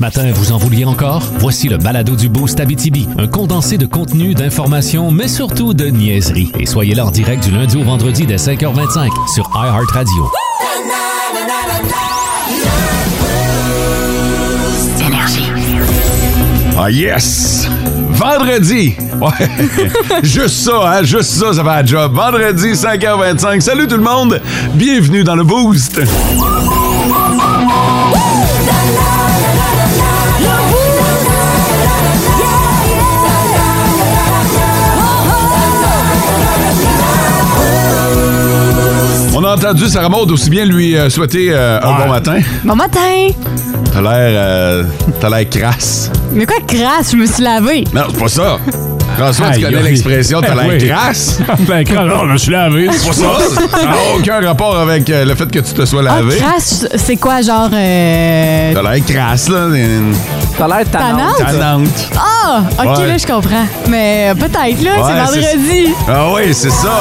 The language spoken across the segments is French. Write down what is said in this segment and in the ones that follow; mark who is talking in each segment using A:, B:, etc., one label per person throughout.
A: matin, vous en vouliez encore? Voici le balado du Boost Abitibi, un condensé de contenu, d'informations, mais surtout de niaiseries. Et soyez là en direct du lundi au vendredi dès 5h25 sur iHeartRadio.
B: Ah yes! Vendredi! Ouais! juste ça, hein? Juste ça, ça fait un job. Vendredi, 5h25. Salut tout le monde! Bienvenue dans le Boost! On a entendu Sarah Maud aussi bien lui euh, souhaiter euh, un bon matin.
C: Bon matin!
B: T'as l'air... euh, t'as l'air crasse.
C: Mais quoi, crasse, je me suis lavée.
B: Non, c'est pas ça. François, tu
D: Aïe,
B: connais
D: aïe.
B: l'expression t'as
D: Eh
B: l'air
D: oui.
B: crasse.
D: ben, crâne, non, je me suis lavé.
B: C'est pas ça. Ça n'a aucun rapport avec euh, le fait que tu te sois
C: Ah,
B: lavé.
C: crasse, c'est quoi, genre. Euh...
B: T'as l'air crasse, là. une
E: T'as l'air tannant.
C: Tannante?
B: Tannante.
C: Ah! ok,
B: Ouais.
C: là, je comprends. Mais euh, peut-être, là,
B: Ouais,
C: c'est
B: c'est-
C: vendredi.
B: Ah oui, c'est ça.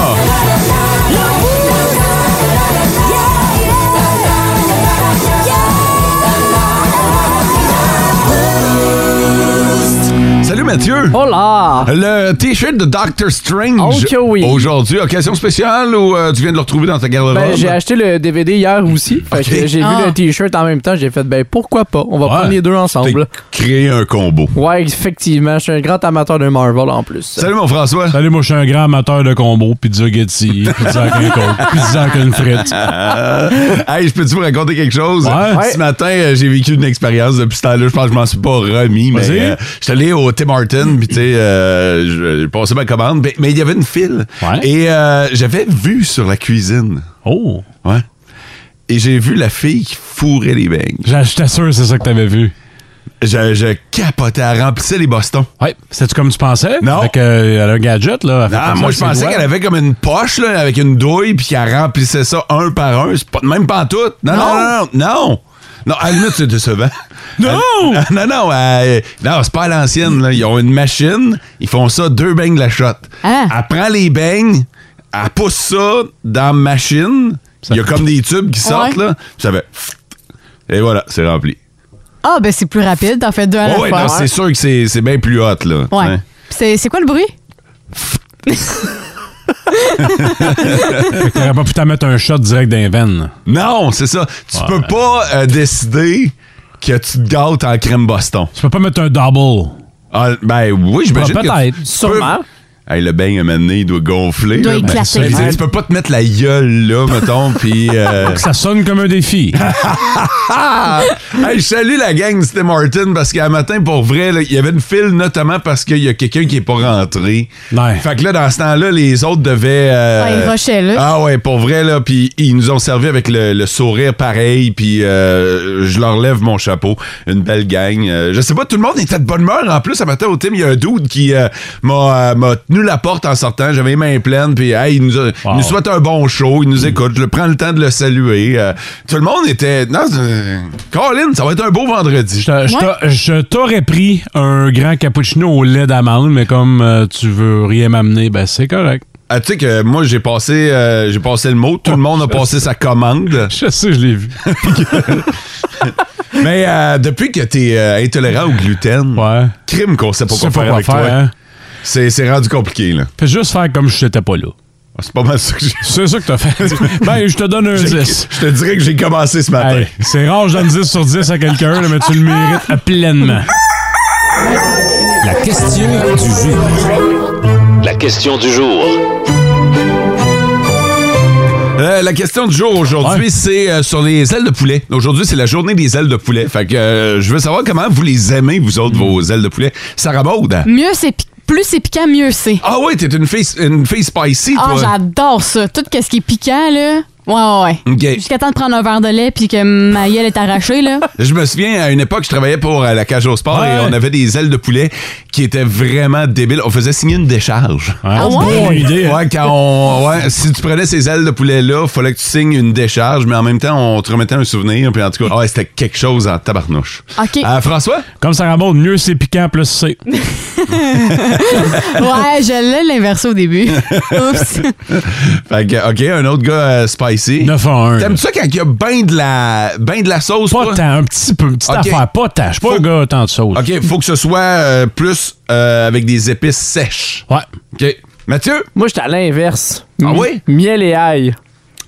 B: Salut Mathieu.
E: Oh là!
B: Le t-shirt de Doctor Strange.
E: Oh que oui.
B: Aujourd'hui, occasion spéciale ou euh, tu viens de le retrouver dans ta garde-robe?
E: Ben, j'ai acheté le DVD hier aussi. Fait
B: Ok.
E: que j'ai
C: Ah.
E: vu le t-shirt en même temps. J'ai fait, ben pourquoi pas? On va
B: Ouais.
E: prendre les deux ensemble.
B: T'as créé un combo.
E: Ouais, effectivement. Je suis un grand amateur de Marvel en plus.
B: Salut mon François.
D: Salut, moi, je suis un grand amateur de combo, pizza Getty, pizza qu'un coke, pizza qu'une frite.
B: Hey, je peux-tu vous raconter quelque chose?
D: Ouais.
B: Ce matin, euh, j'ai vécu une expérience depuis ce temps-là. Je pense que je m'en suis pas remis, mais
D: Vas-y.
B: euh, j'étais allé au Tim Hortons, puis tu sais, euh, j'ai passé ma commande, mais- mais il y avait une file.
D: Ouais.
B: Et euh, j'avais vu sur la cuisine.
D: Oh!
B: Ouais. Et j'ai vu la fille qui fourrait les beignes.
D: J'étais sûr que c'est ça que t'avais vu.
B: Je, je capotais, elle remplissait les bostons.
D: Ouais. C'était-tu comme tu pensais?
B: Non.
D: Fait que, euh, elle a un gadget, là. elle fait
B: Ah,
D: comme
B: moi,
D: ça
B: je pensais
D: avec ses
B: qu'elle avait comme une poche là, avec une douille, puis qu'elle remplissait ça un par un. C'est pas même pas en tout. Non, non, non, non. Non, non à la limite, c'est décevant.
D: Non!
B: Elle- non, non, elle- non, c'est pas à l'ancienne. là. Ils ont une machine, ils font ça deux beignes de la shot.
C: Ah.
B: Elle prend les beignes, elle pousse ça dans la machine. Il y a comme des tubes qui sortent,
C: Ouais.
B: là. Puis ça fait... Et voilà, c'est rempli. Oh,
C: Ah, ben, c'est plus rapide, t'en fais deux à la
B: ouais,
C: fois.
B: non, Ah, c'est sûr que c'est c'est bien plus hot, là.
C: Ouais.
B: Hein?
C: Puis C'est c'est quoi le bruit?
D: doigts. T'aurais pas pu t'en mettre un shot direct dans les veines.
B: Non, c'est ça. Tu peux pas euh, décider que tu te gâtes en crème Boston.
D: Tu peux pas mettre un double.
B: Ah, ben oui, j'imagine.
D: Ah,
B: que tu-
D: peut-être.
B: tu peux-
E: Sûrement.
B: Hey, le bain, à un moment donné, il doit gonfler.
C: doit
B: là.
C: éclater.
B: Ben, tu sais, tu peux pas te mettre la gueule, là, mettons, puis... euh,
D: Ça sonne comme un défi.
B: Ah! Hey, je salue la gang C'était Martin parce qu'à matin, pour vrai, là, il y avait une file, notamment parce qu'il y a quelqu'un qui est pas rentré.
D: Ouais.
B: Fait que là, dans ce temps-là, les autres devaient. euh,
C: Ouais, ils rushaient, là.
B: Ah ouais, pour vrai, là. Puis ils nous ont servi avec le, le sourire pareil. Puis euh, je leur lève mon chapeau. Une belle gang. Euh, je sais pas, tout le monde était de bonne humeur. En plus, ce matin, au team, il y a un dude qui euh, m'a euh, m'a tenu la porte en sortant. J'avais les mains pleines. Puis hey, il nous, a- il nous souhaite un bon show. Il
D: Mm.
B: nous écoute. Je prends le temps de le saluer. Euh, tout le monde était. Non, euh, Colin, ça va être un beau vendredi.
D: Je t'a- je t'a- Je t'aurais pris un grand cappuccino au lait d'amande, mais comme euh, tu veux rien m'amener, ben c'est correct.
B: Ah, tu sais que moi, j'ai passé, euh, j'ai passé le mot. Tout le
D: Oh,
B: monde a passé sa commande.
D: Je sais, je l'ai vu.
B: Mais euh, depuis que t'es euh, intolérant au gluten,
D: Ouais.
B: crime qu'on sait pas
D: Tu
B: quoi
D: sais pas
B: faire
D: quoi
B: avec
D: faire,
B: toi.
D: hein?
B: C'est, c'est rendu compliqué, là.
D: Fais juste faire comme si j'étais pas là.
B: C'est pas mal ça que j'ai...
D: C'est ça que t'as fait. ben, je te donne un 10.
B: Je te dirais que j'ai commencé ce matin.
D: Hey, c'est rare, je donne 10 sur 10 à quelqu'un, là, mais tu le mérites à pleinement.
A: La question du jour.
F: La question du jour.
B: Euh, la question du jour aujourd'hui,
D: Ouais.
B: c'est euh, sur les ailes de poulet. Aujourd'hui, c'est la journée des ailes de poulet. Fait que euh, je veux savoir comment vous les aimez, vous autres, vos ailes de poulet. Sarah Maud.
C: Mieux c'est pi- Plus c'est piquant, mieux c'est.
B: Ah ouais, t'es une fille, une fille spicy,
C: Ah,
B: toi.
C: j'adore ça. Tout ce qui est piquant, là. Ouais, ouais, ouais.
B: Ok.
C: Jusqu'à temps de prendre un verre de lait puis que ma gueule est arrachée, là.
B: Je me souviens, à une époque, je travaillais pour euh, la cage au sport et
D: Ouais.
B: on avait des ailes de poulet qui étaient vraiment débiles. On faisait signer une décharge.
C: Ah ouais?
D: Bonne idée. hein?
B: Ouais, quand on, ouais, si tu prenais ces ailes de poulet-là, fallait que tu signes une décharge, mais en même temps, on te remettait un souvenir, puis en tout cas, ah ouais, c'était quelque chose en tabarnouche.
C: OK.
B: Euh, François?
D: Comme ça remonte, mieux c'est piquant, plus c'est.
C: Ouais, je l'ai l'inversé au début. Oups.
B: Fait que, OK, un autre gars euh, spicy.
D: 9 à 1.
B: T'aimes ça quand il y a ben de la, ben de la sauce?
D: Pas
B: toi?
D: tant, un petit peu, une petite
B: Ok.
D: affaire, pas tant. Je suis pas
B: Faut-
D: un gars tant de sauce.
B: OK, faut que ce soit euh, plus euh, avec des épices sèches.
D: Ouais.
B: OK. Mathieu?
E: Moi, j'étais à l'inverse.
B: Ah
E: Mi-
B: oui?
E: Miel et ail.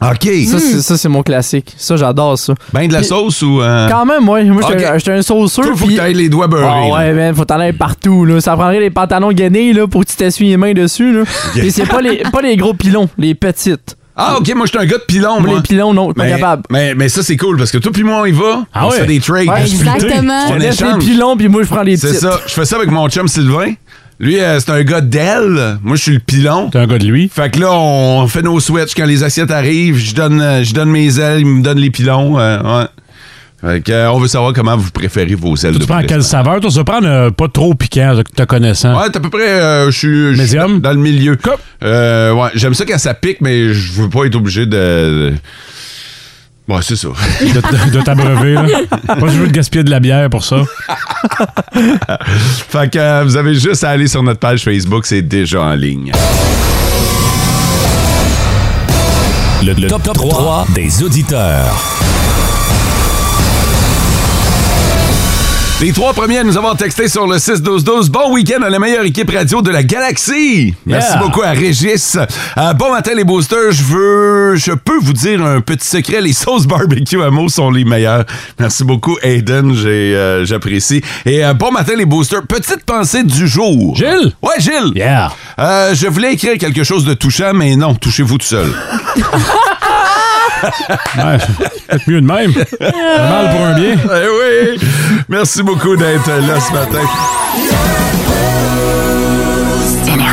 B: OK.
C: Hmm.
E: Ça, c'est- ça, c'est mon classique. Ça, j'adore ça.
B: Ben de la
E: Puis-
B: sauce ou... Euh,
E: Quand même, moi, moi j'étais
B: Ok.
E: j'étais un sauceur.
B: toi, faut
E: puis-
B: que t'ailles les doigts beurrés.
E: Ah
B: là.
E: ouais, man, faut t'en aller partout, là. Ça prendrait les pantalons gainés, là, pour que tu t'essuies les mains dessus, là. Et c'est pas les, pas les gros pilons, les petites.
B: Ah, OK, moi, je suis un gars de pilon,
E: Moi,
B: moi.
E: les pilons, non, pas
B: mais,
E: capable.
B: mais, mais ça, c'est cool parce que toi puis moi, on y va.
D: Ah
B: on se
D: ouais.
B: fait des trades.
D: Ouais,
C: Exactement.
B: On
E: Je laisse les
B: échange.
E: pilons, puis moi, je prends les petites.
B: C'est ça. Je fais ça avec mon chum Sylvain. Lui, euh, c'est un gars d'elle. Moi, je suis le pilon.
D: T'es un gars de lui.
B: Fait que là, on fait nos switches. Quand les assiettes arrivent, je donne, euh, je donne mes ailes, il me donne les pilons. euh, ouais. Fait que, euh, on veut savoir comment vous préférez vos ailes de
D: Tu prends
B: poulet.
D: quelle saveur? Toi, tu vas prendre euh, pas trop piquant, te- te connaissant.
B: Ouais, t'es à peu près, euh, je suis- je suis dans
D: Medium?
B: dans le milieu.
D: Coupe.
B: Euh, ouais, j'aime ça quand ça pique, mais je veux pas être obligé de... Bon, c'est ça.
D: De, de- de t'abreuver, là. Pas je veux te gaspiller de la bière pour ça.
B: Fait que euh, vous avez juste à aller sur notre page Facebook, c'est déjà en ligne.
A: Le, le top, 3 des auditeurs.
B: Les trois premiers à nous avoir texté sur le 6-12-12. Bon week-end à la meilleure équipe radio de la galaxie. Merci
D: Yeah.
B: beaucoup à Régis. Euh, bon matin, les boosters. Je veux, je peux vous dire un petit secret. Les sauces barbecue à mots sont les meilleures. Merci beaucoup, Aiden. J'ai, euh, j'apprécie. Et euh, bon matin, les boosters. Petite pensée du jour.
D: Gilles?
B: Ouais, Gilles.
D: Yeah!
B: Euh, je voulais écrire quelque chose de touchant, mais non, touchez-vous tout seul.
D: Ouais, peut-être mieux de même. Un mal pour un bien.
B: Eh oui! Merci beaucoup d'être là ce matin.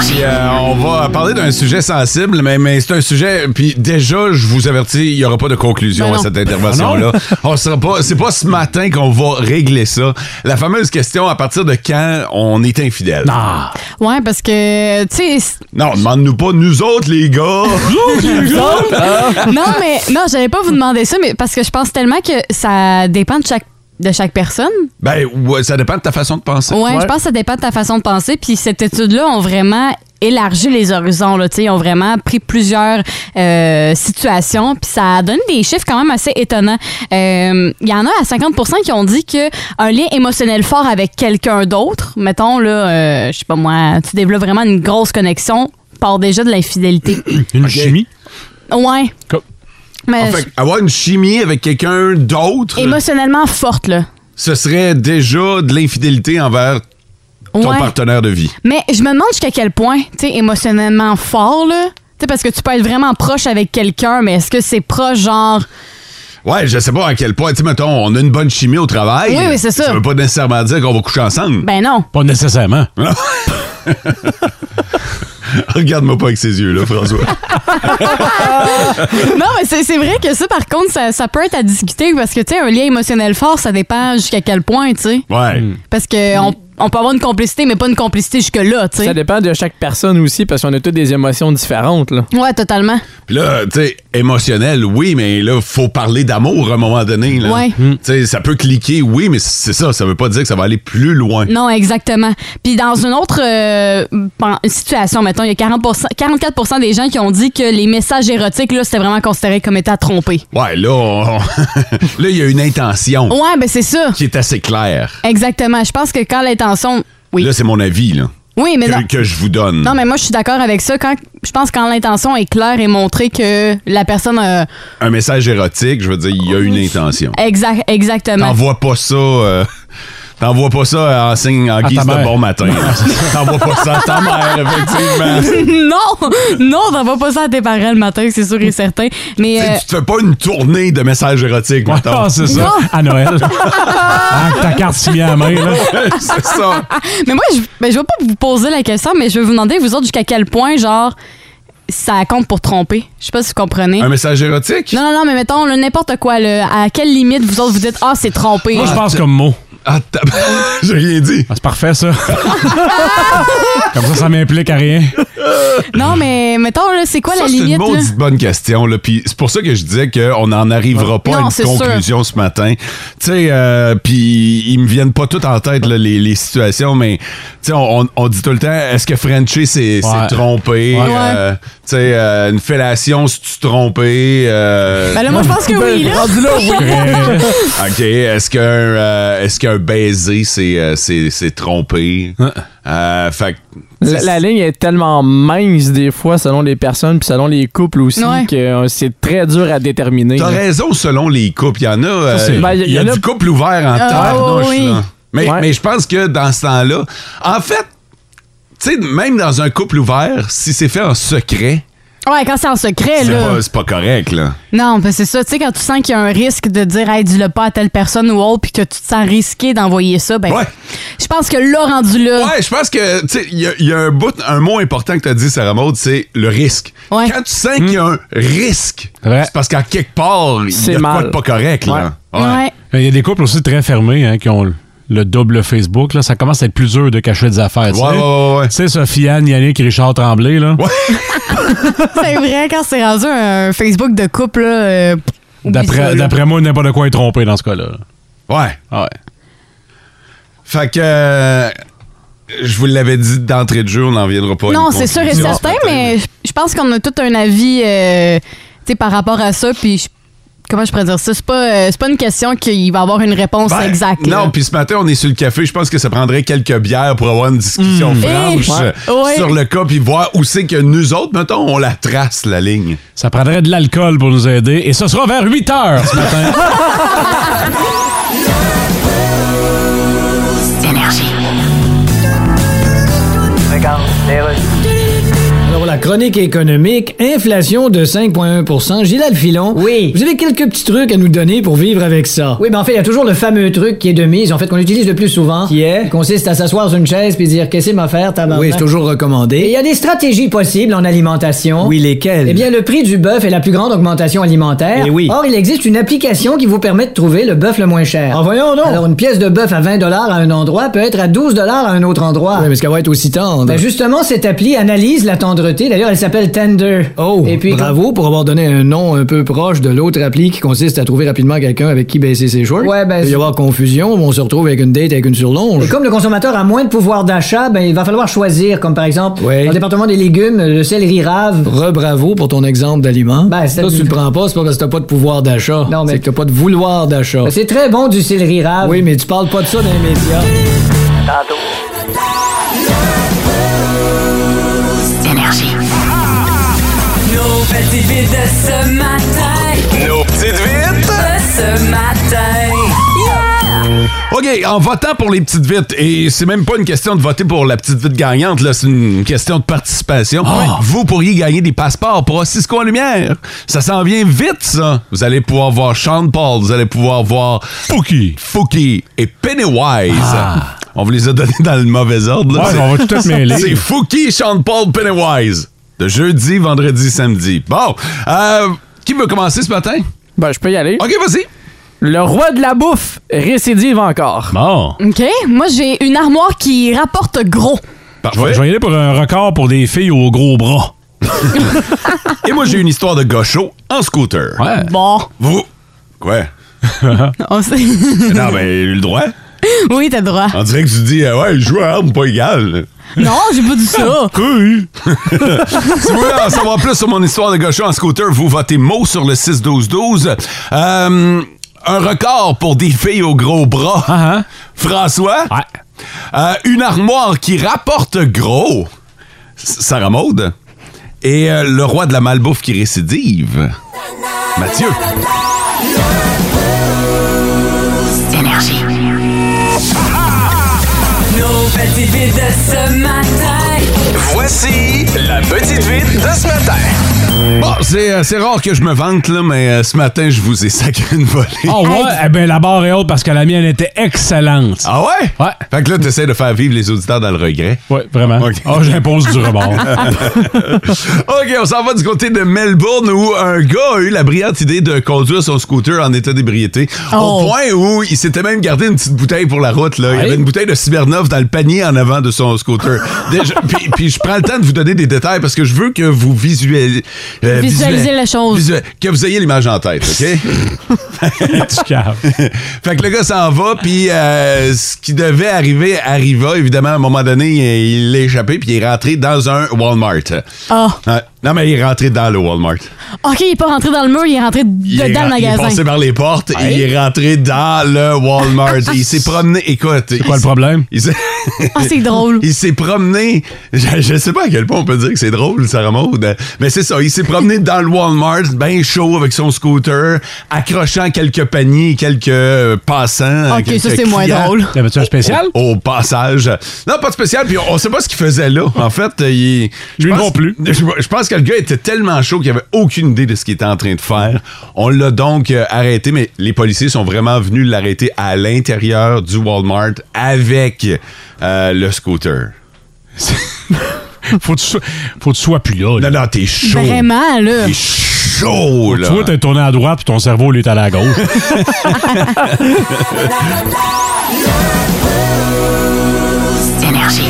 B: Puis, euh, on va parler d'un sujet sensible, mais, mais c'est un sujet. Puis déjà, je vous avertis, il n'y aura pas de conclusion
C: Ben
B: à
C: non.
B: cette intervention-là. on sera pas. C'est pas ce matin qu'on va régler ça. La fameuse question à partir de quand on est infidèle. Non,
D: Ah!
C: Ouais, parce que, tu sais, c'est-
B: demande-nous pas nous autres, les gars.
C: non, mais non, j'allais pas vous demander ça, mais parce que je pense tellement que ça dépend de chaque de chaque personne.
B: ben, ouais, ça dépend de ta façon de penser.
C: Ouais, je pense que ça dépend de ta façon de penser. Puis cette étude-là ont vraiment élargi les horizons. Là, Tu sais, ils ont vraiment pris plusieurs euh, situations. Puis ça a donné des chiffres quand même assez étonnants. Euh, Il y en a à 50 qui ont dit que un lien émotionnel fort avec quelqu'un d'autre, mettons, là, euh, je sais pas moi, tu développes vraiment une grosse connexion, part déjà de l'infidélité.
D: Une chimie.
C: ouais.
D: Co-
C: Mais
B: En fait, avoir une chimie avec quelqu'un d'autre,
C: émotionnellement forte, là.
B: ce serait déjà de l'infidélité envers ton
C: Ouais.
B: partenaire de vie.
C: Mais je me demande jusqu'à quel point, tu sais, émotionnellement fort, là. Tu sais, parce que tu peux être vraiment proche avec quelqu'un, mais est-ce que c'est proche, genre.
B: Ouais, je sais pas à quel point. Tu sais, mettons, on a une bonne chimie au travail.
C: Oui, oui, c'est ça.
B: Ça veut pas nécessairement dire qu'on va coucher ensemble.
C: Ben non.
D: Pas nécessairement.
B: Hein,
C: Ben.
B: Regarde-moi pas avec ses yeux, là, François.
C: non, mais c'est c'est vrai que ça, par contre, ça, ça peut être à discuter parce que, tu sais, un lien émotionnel fort, ça dépend jusqu'à quel point, tu sais.
B: Ouais.
C: Parce que on, on peut avoir une complicité, mais pas une complicité jusque-là, tu
E: Ça
C: sais.
E: dépend de chaque personne aussi, parce qu'on a toutes des émotions différentes, là.
C: Ouais, totalement.
B: Puis là, tu sais, émotionnel, oui, mais là, faut parler d'amour à un moment donné. Là.
C: Ouais.
B: Tu sais, ça peut cliquer, oui, mais c'est ça. Ça veut pas dire que ça va aller plus loin.
C: Non, exactement. Puis dans une autre euh, pen- situation, mettons, il y a 40 44 des gens qui ont dit que les messages érotiques, là, c'était vraiment considéré comme étant trompé.
B: Ouais, là, on- là, il y a une intention
C: Ouais, ben c'est ça.
B: qui est assez claire.
C: Exactement. Je pense que quand l'intention. Oui.
B: Là, c'est mon avis, là,
C: oui, mais non.
B: que, que je vous donne.
C: Non, mais moi, je suis d'accord avec ça. Quand, je pense que quand l'intention est claire et montrée que la personne a.
B: Un message érotique, je veux dire,
C: Oh,
B: il y a une intention.
C: Exact, exactement.
B: T'envoies pas ça. euh, T'envoies pas ça en signe en guise
D: ta
B: de
D: mère.
B: bon matin. T'envoies pas ça à ta mère, effectivement. Tu
C: non! Non, t'envoies pas ça à tes parents le matin, c'est sûr et certain. Mais.
B: sais,
C: euh,
B: tu te fais pas une tournée de messages érotiques, mettons.
D: Ah, c'est ça.
C: Non.
D: À Noël. Ah, que ta carte s'y à la main, là.
B: c'est ça.
C: mais moi, je, ben, je vais pas vous poser la question, mais je vais vous demander, vous autres, jusqu'à quel point, genre, ça compte pour tromper. Je sais pas si vous comprenez.
B: Un message érotique?
C: Non, non, non, mais mettons, là, n'importe quoi, là, à quelle limite vous autres vous dites, ah, c'est trompé.
D: Moi, je pense comme mot.
B: Ah, t'as- j'ai rien dit.
D: Ah, c'est parfait, ça. Comme ça, ça m'implique à rien.
C: Non, mais mettons, là, c'est quoi
B: ça,
C: la
B: c'est une
C: limite? là?
B: maudite bonne question. Là. Puis c'est pour ça que je disais qu'on n'en arrivera pas à
C: Non,
B: une
C: c'est
B: conclusion ce matin. Tu sais, euh, puis ils me viennent pas tout en tête là, les, les situations, mais tu sais, on, on- on dit tout le temps, est-ce que Frenchie s'est s'est
D: Ouais.
B: trompé?
D: Ouais.
B: Euh, tu sais, euh, une fellation, si tu trompé? Euh,
C: Ben là, moi, je pense que oui, là.
E: Rendu là, oui.
B: OK, est-ce qu'un euh, est-ce qu'un baiser, c'est euh, c'est- c'est trompé? Euh, fait que-
E: La, la ligne est tellement mince des fois selon les personnes puis selon les couples aussi
C: Ouais.
E: que euh, c'est très dur à déterminer.
B: T'as
E: là.
B: raison selon les couples. Il y en a. euh,
E: c'est-
B: Il
E: Ben,
B: y,
E: y-
B: a
E: y en a-
B: du couple ouvert en
C: Ah,
B: tabarnouche,
C: oui.
B: là. Mais,
E: Ouais.
B: mais je pense que dans ce temps-là, en fait, tu sais, même dans un couple ouvert, si c'est fait en secret,
C: Ouais, quand c'est en secret,
B: c'est
C: là.
B: pas, c'est pas correct, là.
C: Non, ben c'est ça. Tu sais, quand tu sens qu'il y a un risque de dire, hey, dis-le pas à telle personne ou autre, puis que tu te sens risqué d'envoyer ça, ben.
B: Ouais.
C: Je pense que là, rendu là.
B: Ouais, je pense que, tu sais, il y a, il y a un, bout, un mot important que t'as dit, Sarah Maud, c'est le risque.
C: Ouais.
B: Quand tu sens qu'il y a un risque,
D: Ouais.
B: c'est parce qu'à quelque part, il y
E: C'est
B: a de quoi
E: mal.
B: de pas correct, là.
C: Ouais.
D: Il y a des couples aussi très fermés hein, qui ont le- le double Facebook. Là. Ça commence à être plus dur de cacher des affaires. tu
B: Ouais,
D: sais.
B: ouais, ouais, ouais.
D: Tu sais, Sofiane, Yannick, Richard Tremblay, là.
C: C'est vrai, quand c'est rendu un Facebook de couple, là. euh, oublie ça,
D: D'après
C: là.
D: d'après moi, n'importe quoi est trompé dans ce cas-là.
B: Ouais.
D: Ah Ouais.
B: Fait que. euh, Je vous l'avais dit d'entrée de jeu, on n'en viendra pas. à une
C: Non, c'est sûr et
B: conclusion ce
C: certain,
B: matin,
C: mais je- je pense qu'on a tout un avis euh, tu sais, par rapport à ça. Puis, je- comment je pourrais dire ça? C'est pas, euh, c'est pas une question qu'il va avoir une réponse
B: Ben,
C: exacte. là.
B: Non, puis ce matin, on est sur le café. Je pense que ça prendrait quelques bières pour avoir une discussion franche
C: Ouais.
B: euh,
C: Hmm. Eh, Ouais.
B: sur le cas, puis voir où c'est que nous autres, mettons, on la trace, la ligne.
D: Ça prendrait de l'alcool pour nous aider. Et ce sera vers 8 heures ce matin.
G: Alors, la chronique économique, inflation de 5,1 Gilles Alphilon.
H: Oui.
G: Vous avez quelques petits trucs à nous donner pour vivre avec ça.
H: Oui, ben en fait, il y a toujours le fameux truc qui est de mise, en fait, qu'on utilise le plus souvent.
G: Qui est?
H: consiste à s'asseoir sur une chaise puis dire Qu'est-ce que m'a faire, tabarnak?
G: Oui, c'est toujours
H: Et il
G: recommandé.
H: y a des stratégies possibles en alimentation.
G: Oui, lesquels?
H: Eh bien, le prix du bœuf est la plus grande augmentation alimentaire.
G: Eh oui.
H: Or, il existe une application qui vous permet de trouver le bœuf le moins cher.
G: Ah, voyons donc.
H: Alors, une pièce de bœuf à 20 à un endroit peut être à 12 à un autre endroit.
G: Oui, mais est-ce qu'elle va être aussi tendre?
H: Ben justement, cette appli analyse la tendreté. D'ailleurs, elle s'appelle Tender.
G: Oh,
H: Et puis,
G: bravo pour avoir donné un nom un peu proche de l'autre appli qui consiste à trouver rapidement quelqu'un avec qui baisser ses shorts.
H: Ouais, ben,
G: Il peut y
H: c'est-
G: avoir confusion, on se retrouve avec une date avec une surlonge.
H: Et comme le consommateur a moins de pouvoir d'achat, ben, il va falloir choisir, comme par exemple,
G: Oui.
H: dans le département des légumes, le céleri rave.
G: Rebravo pour ton exemple d'aliment.
H: Ben, c'est-
G: ça, tu le prends pas, c'est pas parce que t'as pas de pouvoir d'achat.
H: Non, mais-
G: C'est que t'as pas de vouloir d'achat.
H: Ben, C'est très bon du céleri rave.
G: Oui, mais tu parles pas de ça dans les médias.
I: Nos petites vites de ce matin,
B: Nos petites vites!
I: de ce matin. Yeah!
B: OK, en votant pour les petites vites, et c'est même pas une question de voter pour la petite vite gagnante, là, c'est une question de participation.
D: Ah!
B: Vous pourriez gagner des passeports pour Cisco en Lumière. Ça s'en vient vite, ça. Vous allez pouvoir voir Sean Paul, vous allez pouvoir voir
D: Fouki.
B: Fouki et Pennywise. On vous les a donnés dans le mauvais ordre. là.
D: Ah! Ouais,
B: C'est-
D: on va tout être
B: c'est
D: mêler.
B: Fouki, Sean Paul, Pennywise. De jeudi, vendredi, samedi. Bon, euh, qui veut commencer ce matin?
E: Ben, je peux y aller.
B: OK, vas-y.
E: Le roi de la bouffe récidive encore.
D: Bon.
C: OK? Moi, j'ai une armoire qui rapporte gros.
D: Je vais-
B: Parfait.
D: je vais y aller pour un record pour des filles aux gros bras.
B: Et moi, j'ai une histoire de gaucho en scooter.
D: Ouais.
C: Bon.
B: Vous? Quoi?
C: On sait.
B: Non, mais il a eu le droit.
C: oui, t'as droit.
B: On dirait que tu dis, euh, ouais, je joue à arme pas égal.
C: Non, j'ai pas dit ça.
B: Oui. si vous voulez en savoir plus sur mon histoire de gaucho en scooter, vous votez mot sur le 6-12-12. Euh, un record pour des filles aux gros bras.
D: Ah,
B: François.
D: ah. Ouais.
B: Euh, une armoire qui rapporte gros. S- Sarah Maude. Et euh, le roi de la malbouffe qui récidive. Mathieu.
I: Nos petites vites de ce matin.
J: Voici la petite vite de ce matin.
B: Bon, c'est euh, c'est rare que je me vante, là, mais euh, ce matin, je vous ai sacré une volée.
D: Oh ouais, eh ben, la barre est haute parce que la mienne était excellente.
B: Ah ouais? Ouais. Fait que là, t'essaies de faire vivre les auditeurs dans le regret.
D: Ouais, vraiment. Oh, j'impose du rebond.
B: OK, on s'en va du côté de Melbourne où un gars a eu la brillante idée de conduire son scooter en état d'ébriété.
C: Oh.
B: Au point où il s'était même gardé une petite bouteille pour la route. Là. Il y avait une bouteille de Cybernov dans le panier en avant de son scooter. Déjà- puis, puis je prends le temps de vous donner des détails parce que je veux que vous visualisez...
C: Visualisez la chose.
B: que vous ayez l'image en tête, OK? fait que le gars s'en va, puis euh, ce qui devait arriver arriva. Évidemment, à un moment donné, il l'a échappé, puis il est rentré dans un Walmart.
C: Ah.
B: Ouais. Non, mais il est rentré dans le Walmart.
C: OK, il est pas rentré dans le mur, il est rentré
B: Ah. Il est,
C: dedans le
B: ra- il est
C: magasin.
B: passé par les portes et il est rentré dans le Walmart. il s'est promené. Écoute. C'est quoi le
D: problème?
C: Ah, c'est drôle.
B: Il s'est promené. Je, je sais pas à quel point on peut dire que c'est drôle, Sarah Maud. Mais c'est ça. Il s'est promené dans le Walmart, bien chaud avec son scooter, accrochant quelques paniers, quelques euh, passants.
C: Ok,
B: quelques
C: ça, c'est moins
B: clients.
C: drôle.
E: Oh,
D: T'avais-tu un spécial?
B: Au, au passage. Non, pas de spécial. Puis on sait pas ce qu'il faisait là. En fait, euh, il. Lui non plus. Je, je pense que le gars était tellement chaud qu'il avait aucune idée de ce qu'il était en train de faire. On l'a donc euh, arrêté, mais les policiers sont vraiment venus l'arrêter à l'intérieur du Walmart avec euh, le scooter.
D: faut que tu sois, faut que tu sois plus là.
B: Non, non, t'es chaud.
C: Vraiment, là.
B: T'es chaud, là.
D: Tu vois, t'es tourné à droite puis ton cerveau, lui, est allé à gauche.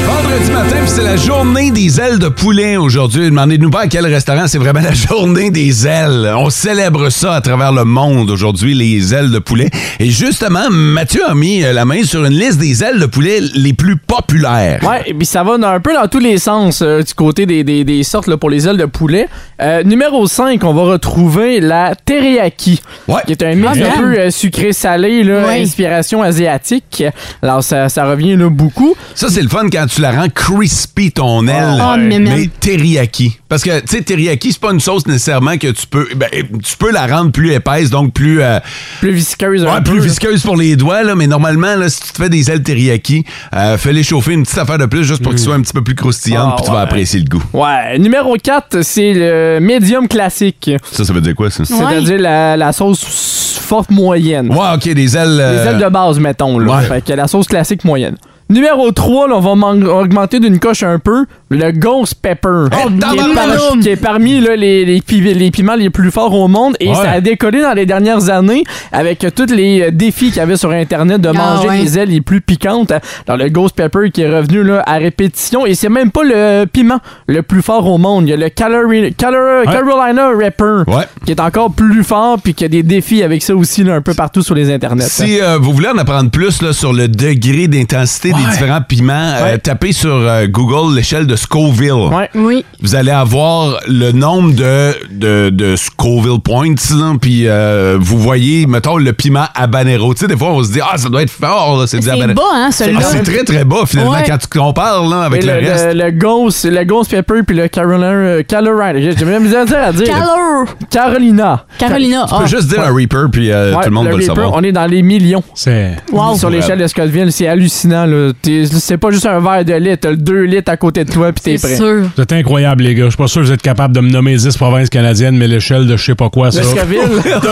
B: Vendredi matin, puis c'est la journée des ailes de poulet aujourd'hui. Demandez-nous pas à quel restaurant, c'est vraiment la journée des ailes. On célèbre ça à travers le monde aujourd'hui, les ailes de poulet. Et justement, Mathieu a mis euh, la main sur une liste des ailes de poulet les plus populaires.
E: Ouais, et puis ça va dans- un peu dans tous les sens euh, du côté des, des- des sortes là, pour les ailes de poulet. Euh, numéro 5, on va retrouver la teriyaki, qui est un mix
K: Ah,
E: un
K: bien.
E: peu euh, sucré-salé, là,
K: Oui.
E: inspiration asiatique. Alors ça, ça revient là, beaucoup.
B: Ça, c'est le fun quand tu la rends crispy, ton
C: Oh,
B: aile,
E: Ah, ouais. miam, miam.
B: mais teriyaki. Parce que, tu sais, teriyaki, c'est pas une sauce nécessairement que tu peux... ben, tu peux la rendre plus épaisse, donc plus... euh,
E: plus visqueuse.
B: Ouais, plus visqueuse pour les doigts, là, mais normalement, là, si tu te fais des ailes teriyaki, euh, fais-les chauffer une petite affaire de plus juste pour qu'ils soient un petit peu plus croustillantes,
E: Mm. Ah,
B: puis tu vas
E: ouais.
B: apprécier le goût.
E: Ouais, numéro 4, c'est le médium classique.
B: Ça, ça veut dire quoi, ça?
E: C'est-à-dire la, la sauce forte moyenne.
B: Ouais, ok, des ailes. euh,
E: Des ailes de base, mettons. Là.
B: Ouais.
E: Fait que la sauce classique moyenne. Numéro 3, là, on va man- augmenter d'une coche un peu, le ghost pepper.
B: Oh,
E: qui, est par- qui est parmi là, les, les pi- les piments les plus forts au monde. Et
K: Ouais.
E: ça a décollé dans les dernières années avec euh, tous les euh, défis qu'il y avait sur Internet de
K: Ah,
E: manger
K: ouais.
E: les ailes les plus piquantes. Alors, le ghost pepper qui est revenu là, à répétition. Et c'est même pas le piment le plus fort au monde. Il y a le Calori- Calor- Carolina Rapper qui est encore plus fort puis qui a des défis avec ça aussi là, un peu partout sur les internets.
B: Si euh, vous voulez en apprendre plus là, sur le degré d'intensité des différents piments, euh, tapez sur euh, Google l'échelle de Scoville.
C: Oui.
B: Vous allez avoir le nombre de, de, de Scoville Points, là, puis euh, vous voyez, mettons, le piment habanero. Tu sais, des fois, on se dit, ah, ça doit être fort, là, c'est du
C: C'est
B: habanero.
C: bas, hein, celui-là.
B: Ah, c'est très, très bas, finalement,
E: Ouais.
B: quand tu compares là, avec
E: Et
B: le, reste.
E: Le, Ghost, le Ghost Pepper puis le Carolina. euh, Carolina. J'ai j'ai même bien à dire.
C: Calor.
E: Carolina.
C: Carolina, Ah,
B: Tu peux juste dire un Reaper, puis euh,
E: ah, Ouais,
B: tout le monde va le
E: Reaper,
B: savoir.
E: On est dans les millions.
D: C'est.
C: Wow.
E: Sur l'échelle de Scottville, c'est hallucinant. là. T'es- C'est pas juste un verre de litre, t'as le 2 litres à côté de toi puis t'es prêt.
D: Vous êtes incroyables, les gars. Je suis pas sûr que vous êtes capable de me nommer 10 provinces canadiennes, mais l'échelle de je sais pas quoi,
E: Le
D: ça.
E: Scoville.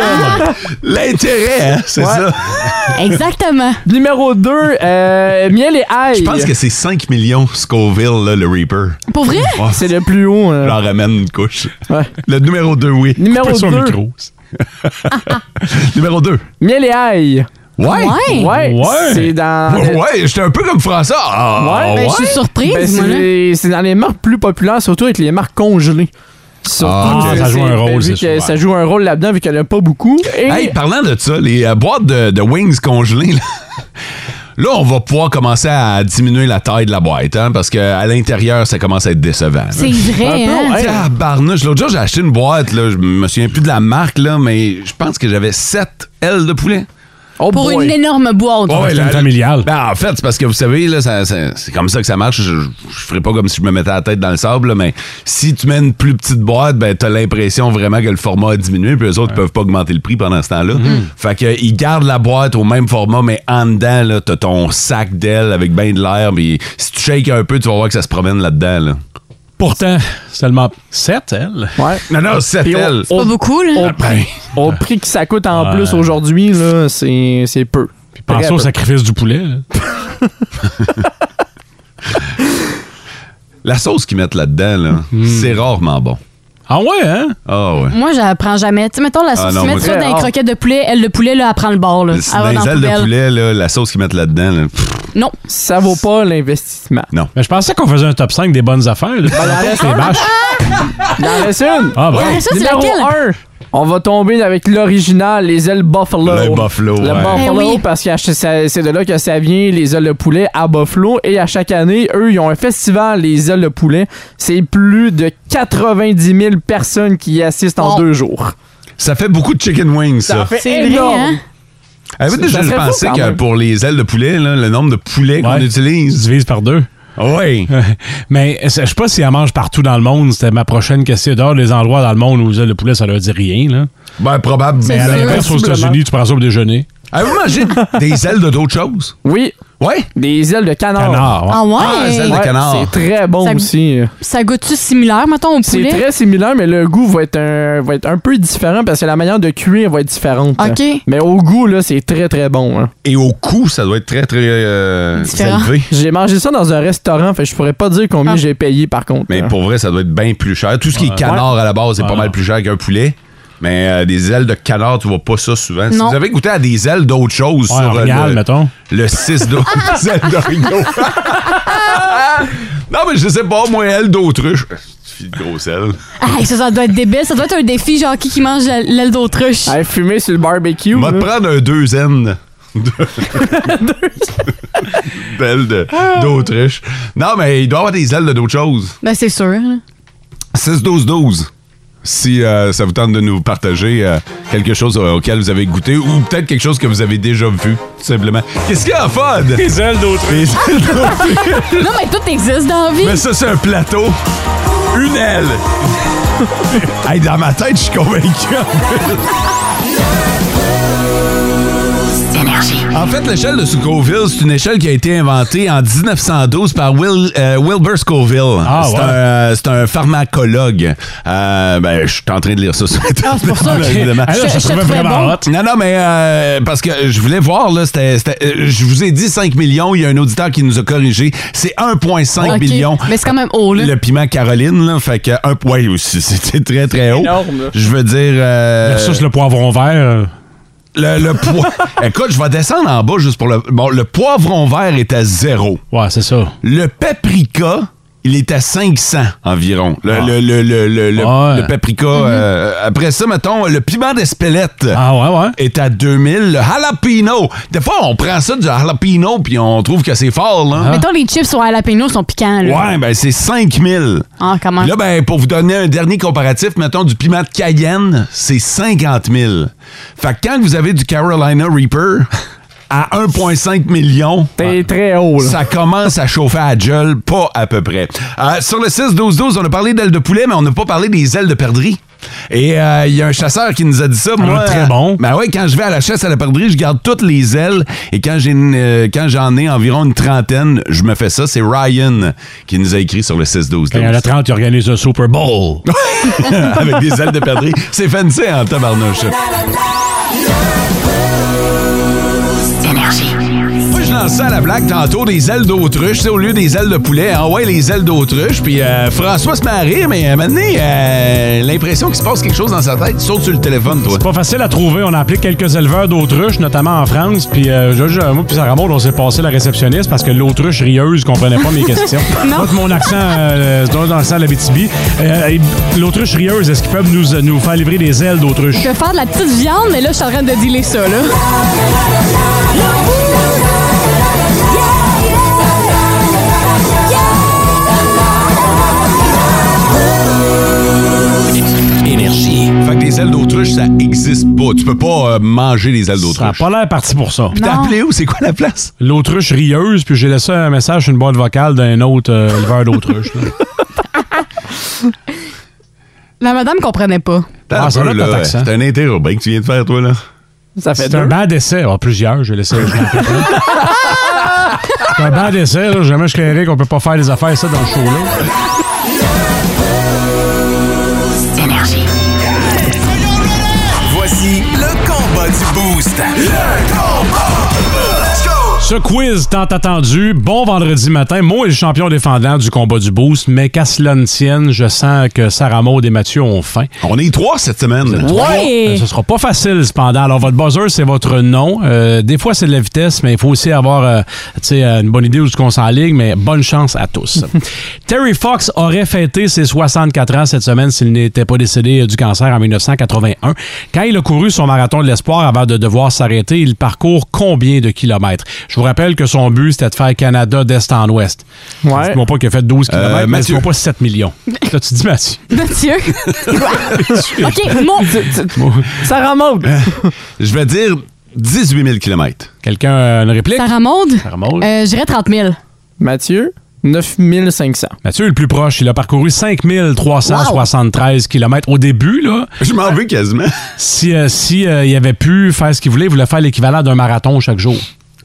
B: Ah! L'intérêt, hein, c'est ça.
C: Exactement.
E: Numéro 2, miel et euh, ail.
B: Je pense que c'est 5 millions Scoville, là, le Reaper.
E: Pour vrai?
B: Ouais.
E: C'est le plus haut. hein.
B: Je leur ramène une couche. Le numéro 2, oui.
E: Numéro
B: Coupe son
E: deux.
B: micro. numéro 2.
E: Miel et ail.
B: Ouais.
E: Ouais. C'est dans.
B: Ouais, j'étais un peu comme François. Ah, ouais.
E: Ben, c'est- c'est dans les marques plus populaires, surtout avec les marques congelées. Surtout,
B: Ah, ok.
E: euh,
B: Ça joue un
E: ben,
B: rôle,
E: vu
B: c'est
E: que
B: sûr, ouais.
E: Ça joue un rôle là-dedans, vu qu'il n'y en a pas beaucoup. Et
B: Hey, parlant de ça, les euh, boîtes de, de wings congelées, là, là, on va pouvoir commencer à diminuer la taille de la boîte, hein, parce qu'à l'intérieur, ça commence à être décevant. là.
C: C'est vrai, hein?
B: Ah, barnouche. L'autre jour, j'ai acheté une boîte, là, je me souviens plus de la marque, là, mais je pense que j'avais 7 ailes de poulet.
E: oh
C: pour
B: Oh boy.
C: une énorme boîte.
B: Ouais, la- Ben, en fait, c'est parce que vous savez, là, ça- ça- c'est comme ça que ça marche. Je, je ferais pas comme si je me mettais la tête dans le sable, là, mais si tu mets une plus petite boîte, ben, t'as l'impression vraiment que le format a diminué, puis eux autres peuvent pas augmenter le prix pendant ce temps-là. Fait que, ils gardent la boîte au même format, mais en dedans, là, t'as ton sac d'aile avec ben de l'air, puis si tu shakes un peu, tu vas voir que ça se promène là-dedans, là.
D: Pourtant, seulement 7, elle.
E: Ouais.
B: Non, non, Ah, c'est
E: Puis au-
B: elle.
E: au- Au
D: Ah,
E: prix, au prix que ça coûte en
D: Ouais.
E: plus aujourd'hui, là, c'est c'est peu. Puis
D: Pensez au sacrifice du poulet. là.
B: La sauce qu'ils mettent là-dedans, là, c'est rarement bon.
D: Ah ouais, hein?
B: Ah ouais.
C: Moi, je la prends jamais. Tu sais, mettons la
B: Ah
C: sauce,
B: non,
C: tu mets
B: moi,
C: ça
B: très
C: dans les
B: rare.
C: croquettes de poulet, elle, le poulet, là, elle prend le bord, là. Elle
B: dans
C: va
B: les
C: Ah, dans la
B: ailes de
C: poubelle.
B: poulet, là, la sauce qu'ils mettent là-dedans, là, pff,
C: Non.
E: Ça vaut pas l'investissement.
B: non.
D: Mais je pensais qu'on faisait un top 5 des bonnes affaires. Là.
E: Ben, il en reste
D: Les
E: un.
D: vaches.
E: Il en reste une.
D: Ah, bon.
C: Ah, ça, c'est
E: Numéro
C: laquelle?
E: 1. On va tomber avec l'original, les ailes Buffalo.
B: Le buffalo,
E: Le
B: ouais.
E: Buffalo,
C: Eh oui.
E: parce que ça- c'est de là que ça vient, les ailes de poulet à Buffalo. Et à chaque année, eux, ils ont un festival, les ailes de poulet. C'est plus de 90 000 personnes qui y assistent en
C: Oh.
E: deux jours.
B: Ça fait beaucoup de chicken wings, ça.
C: C'est vrai, hein?
B: Avez-vous
E: Ça
B: déjà
E: serait fou,
B: pensé
E: quand
B: que
E: même.
B: pour les ailes de poulet, là, le nombre de poulets qu'on
D: Ouais.
B: utilise?
D: Divise par deux.
B: Oui.
D: Mais je sais pas si elle mange partout dans le monde. C'était ma prochaine question. Dehors des endroits dans le monde où le poulet, ça leur dit rien. Là.
B: Ben, probable.
D: Mais à
C: sûr.
D: l'inverse, aux
E: Possiblement.
D: États-Unis, tu prends ça au déjeuner.
B: Avez-vous mangé des ailes de d'autres choses?
E: Oui,
B: Oui.
E: des ailes de canard.
D: Canard. ouais.
C: Ah ouais?
B: Ah, celle de
E: Ouais,
B: canard.
E: C'est très bon
C: Ça-
E: aussi.
C: Ça goûte-tu similaire, mettons, au
E: C'est
C: poulet?
E: très similaire, mais le goût va être un, va être un peu différent parce que la manière de cuire va être différente.
C: OK.
E: Mais au goût, là, c'est très, très bon. hein.
B: Et au coût, ça doit être très, très euh,
C: Différent.
B: élevé.
E: J'ai mangé ça dans un restaurant, fait que je pourrais pas dire combien
C: Ah.
E: j'ai payé, par contre.
B: Mais
E: hein.
B: pour vrai, ça doit être bien plus cher. Tout ce qui est canard à la base, c'est pas
D: Ouais.
B: mal plus cher qu'un poulet. Mais euh, des ailes de canard, tu vois pas ça souvent. Si
C: Non.
B: vous avez goûté à des ailes d'autres choses
D: Ouais,
B: sur euh,
D: orignal,
B: le,
D: mettons.
B: le 6 d'eau, des ailes d'orignal. non, mais je sais pas, moi, ailes d'autruche. Fille de grosse aile.
C: Ah, ça, ça doit être débile. Ça doit être un défi, genre, qui, qui mange la- l'aile d'autruche?
E: Hey, fumer sur le barbecue.
B: On va te
E: là.
B: prendre un deux N de- d'ailes de- d'autruche. Non, mais il doit y avoir des ailes de d'autres choses.
C: Ben, c'est sûr. hein.
B: 6-12-12. Si euh, ça vous tente de nous partager euh, quelque chose euh, auquel vous avez goûté ou peut-être quelque chose que vous avez déjà vu, tout simplement. Qu'est-ce qu'il y a en fun?
D: Les ailes d'autrui.
C: Non, mais tout existe dans la vie.
B: Mais ça, c'est un plateau. Une aile. Hey, dans ma tête, je suis convaincu. En fait, l'échelle de Scoville, c'est une échelle qui a été inventée en 1912 par Will, euh, Wilbur Scoville.
D: Ah,
B: c'est
D: ouais.
B: un, euh, c'est un pharmacologue. Euh, ben, je suis en train de lire ça sur Internet, évidemment.
D: Ah, là,
C: Je- je
D: je trouvais
C: te ferais
D: vraiment
C: bon.
D: hot.
B: Non, non, mais euh, parce que je voulais voir, là, c'était, c'était- euh, je vous ai dit 5 millions, il y a un auditeur qui nous a corrigé, c'est 1,5
C: OK.
B: million.
C: Mais c'est quand même haut, là.
B: Le piment Caroline, là, fait que un point aussi, c'était très très haut.
E: énorme, là.
B: Je veux dire euh,
D: Versus le poivron vert. euh,
B: le, le poids. Écoute, je vais descendre en bas juste pour le. Bon, le poivron vert est à zéro.
D: Ouais, c'est ça.
B: Le paprika, il est à 500 environ. Le,
D: Ah.
B: le, le, le, le, le-
D: Ouais.
B: le paprika.
C: Mhm.
B: euh, après ça, mettons, le piment d'Espelette
D: Ah ouais, ouais.
B: est à 2000. Le jalapeno. Des fois, on prend ça du jalapeno puis on trouve que c'est fort, là.
C: Mettons, les chips au jalapeno sont piquants, là.
B: Ah. Ouais, ben c'est 5000.
C: Ah, comment?
B: Là, ben, pour vous donner un dernier comparatif, mettons du piment de Cayenne, c'est 50 000. Fait que quand vous avez du Carolina Reaper à 1,5 million,
E: T'es très haut, là.
B: ça commence à chauffer à gel, pas à peu près. Euh, sur le 6-12-12, on a parlé d'ailes de poulet, mais on n'a pas parlé des ailes de perdrix. Et euh, il y a un chasseur qui nous a dit ça. Moi,
D: Ah, très bon.
B: Ben oui, quand je vais à la chasse à la perdrix, je garde toutes les ailes. Et quand j'ai une- euh, quand j'en ai environ une trentaine, je me fais ça. C'est Ryan qui nous a écrit sur le 6-12-12.
D: Quand il y en a 30, il organise un Super Bowl.
B: avec des ailes de perdrix. C'est fancy en tabarnouche. Moi, je lance ça à la blague tantôt, des ailes d'autruche, tu sais, au lieu des ailes de poulet. Ah ouais, les ailes d'autruche. Puis euh, François se met à rire, mais euh, maintenant, euh, l'impression qu'il se passe quelque chose dans sa tête. Saute sur le téléphone, toi.
D: C'est pas facile à trouver. On a appelé quelques éleveurs d'autruche, notamment en France. Puis euh, je- je- moi, puis Sarah Maud, on s'est passé la réceptionniste parce que l'autruche rieuse comprenait pas mes questions. Moi, de mon accent, euh, c'est dans le sang de la BTB. l'autruche rieuse, est-ce qu'ils peuvent nous, nous faire livrer des ailes d'autruche?
C: Je vais faire de la petite viande, mais là, je suis en train de dealer ça, là.
B: Fait que des ailes d'autruche, ça existe pas. Tu peux pas euh, manger les ailes
D: Ça n'a
B: d'autruche.
D: pas l'air parti pour ça.
B: Puis t'as appelé où? C'est quoi la place?
D: L'autruche rieuse, puis j'ai laissé un message sur une boîte vocale d'un autre euh, éleveur d'autruche. là.
C: La madame comprenait pas.
B: T'as un
D: Ah, ça
B: peu,
D: doit être notre
B: là,
D: accent.
B: C'est un interurbain que tu viens de faire, toi, là.
E: Ça fait
D: C'est un
E: deux.
D: banc d'essai. Ah, plusieurs, j'ai laissé. je l'ai appelé. C'est un banc d'essai, là. Jamais je créerai qu'on peut pas faire des affaires, ça, dans le show-là.
J: Voici le combat du Boost. Le combat! Let's go!
D: Ce quiz tant attendu, bon vendredi matin. Mo est le champion défendant du combat du boost, mais qu'à cela ne tienne, je sens que Sarah Maud et Mathieu ont faim.
B: On est trois cette semaine.
D: Euh,
C: Ouais!
D: Ce sera pas facile, cependant. Alors, votre buzzer, c'est votre nom. Euh, des fois, c'est de la vitesse, mais il faut aussi avoir euh, tu sais, euh, une bonne idée où est-ce qu'on s'enligne, mais bonne chance à tous. Terry Fox aurait fêté ses 64 ans cette semaine s'il n'était pas décédé euh, du cancer en 1981. Quand il a couru son marathon de l'espoir avant de devoir s'arrêter, il parcourt combien de kilomètres? Je vous rappelle que son but, c'était de faire Canada d'est en ouest.
E: Ouais.
D: Dites-moi pas qu'il a fait 12 kilomètres, mais
B: Mathieu.
D: dites-moi pas 7 millions. Là, tu dis Mathieu.
C: Mathieu! OK, mon...
E: Ça remonte.
B: Je vais dire 18 000 km.
D: Quelqu'un a une réplique?
C: Ça remonte?
D: Sarah Maud?
C: Euh, J'irais 30 000.
E: Mathieu, 9500.
D: Mathieu est le plus proche. Il a parcouru 5373 km au début. Là,
B: Je m'en veux quasiment.
D: si, euh, si, euh, il avait pu faire ce qu'il voulait, il voulait faire l'équivalent d'un marathon chaque jour.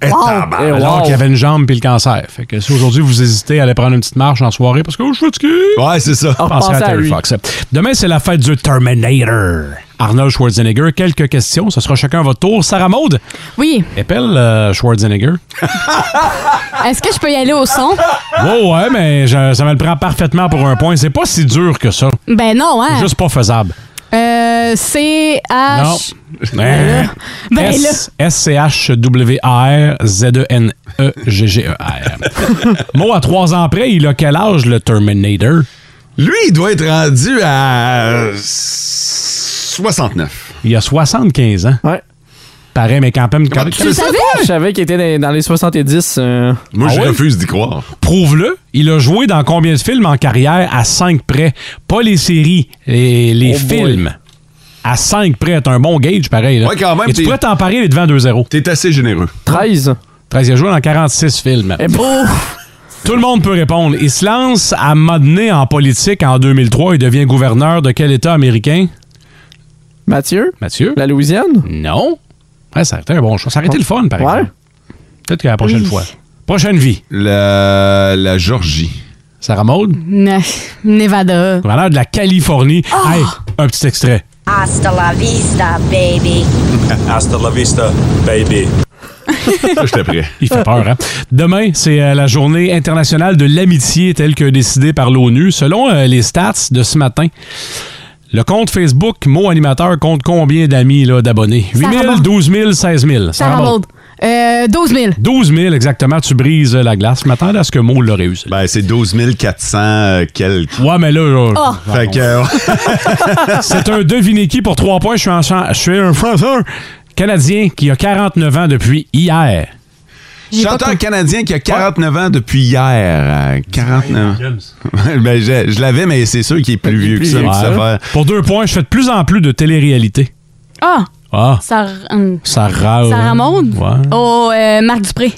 B: Eh, tabarnak.
E: Eh,
D: Alors
E: wow.
D: qu'il avait une jambe puis le cancer. Fait que si aujourd'hui vous hésitez à aller prendre une petite marche en soirée parce que oh, je suis fatigué,
B: Ouais, c'est ça.
E: Ah.
D: pensez à,
E: pensez à
D: Terry
E: lui.
D: Fox. Demain, c'est la fête du Terminator. Arnold Schwarzenegger, quelques questions. Ce sera chacun à votre tour. Sarah Maud,
C: Oui.
D: appelle euh, Schwarzenegger.
C: Est-ce que je peux y aller au son?
D: Wow, ouais, mais je- ça me le prend parfaitement pour un point. C'est pas si dur que ça.
C: Ben non,
E: Ah.
C: hein?
D: Juste pas faisable.
C: Euh, C,
D: Non.
C: H...
D: Ben,
C: Ben là.
D: S-C-H-W-A-R-Z-E-N-E-G-G-E-R. Mot à trois ans près, il a quel âge le Terminator?
B: Lui, il doit être rendu à 69.
D: Il a 75 ans.
E: Ouais.
D: Pareil, mais quand même, quand-
C: Tu le savais?
E: Je savais qu'il était dans- dans les 70. euh,
B: Moi,
D: Ah
B: je
D: ouais?
B: refuse d'y croire.
D: prouve-le. Il a joué dans combien de films en carrière à 5 près? Pas les séries, les, les
E: Oh boy.
D: films. À 5 près, t'as un bon gauge, pareil. Là.
B: Ouais, quand même,
D: Et tu
B: t'es-
D: pourrais t'en parer, il est devant 2-0.
B: T'es assez généreux.
E: 13.
D: 13, il a joué dans 46 films.
E: Eh bon.
D: Tout le monde peut répondre. Il se lance à m'adonner en politique en 2003. Il devient gouverneur de quel État américain?
E: Mathieu,
D: Mathieu?
E: la Louisiane?
D: Non. Ouais, ça aurait été un bon choix. Ça aurait été le fun, par
E: Ouais.
D: exemple. Peut-être qu'à la prochaine
C: Oui.
D: fois. Prochaine vie.
B: La, la Georgie.
D: Sarah Maud,
C: Ne- Nevada.
D: gouverneur de la Californie.
C: Ah!
D: Hey, un petit extrait.
K: Hasta la vista, baby.
J: Hasta la vista, baby.
B: Ça, j'étais prêt.
D: Il fait peur, hein? Demain, c'est euh, la journée internationale de l'amitié telle que décidée par l'ONU. Selon euh, les stats de ce matin, le compte Facebook Mot Animateur compte combien d'amis, là, d'abonnés? 8
C: Sarah
D: 000,
C: Maud.
D: 12 000, 16 000.
C: Ça
D: Sarah Maud.
C: remonte. Euh, 12 000.
D: 12 000 exactement, tu brises la glace. Je m'attendais à ce que Mo l'aurait eu. celle-là.
B: Ben, c'est 12 400 euh, quelques.
D: Ouais, mais là, là,
C: Ah.
D: je-
B: Fait que, euh,
D: c'est un devinez qui pour 3 points. Je suis, en chan- je suis un Français Canadien qui a 49 ans depuis hier.
C: J'ai pas
B: chanteur
C: compris.
B: canadien qui a 49 ans depuis hier. euh, 49 ans. ben, je, je l'avais, mais c'est sûr qu'il est plus vieux que ça.
E: vieux
B: puis
E: que
B: ça fait-
E: ça.
D: Pour 2 points, je fais de plus en plus de télé-réalité.
C: Ah,
D: Ah,
C: ça... re- hum.
D: ça rare.
C: Ça remonte?
D: Euh, Ouais.
C: Oh, euh, Marc Dupré.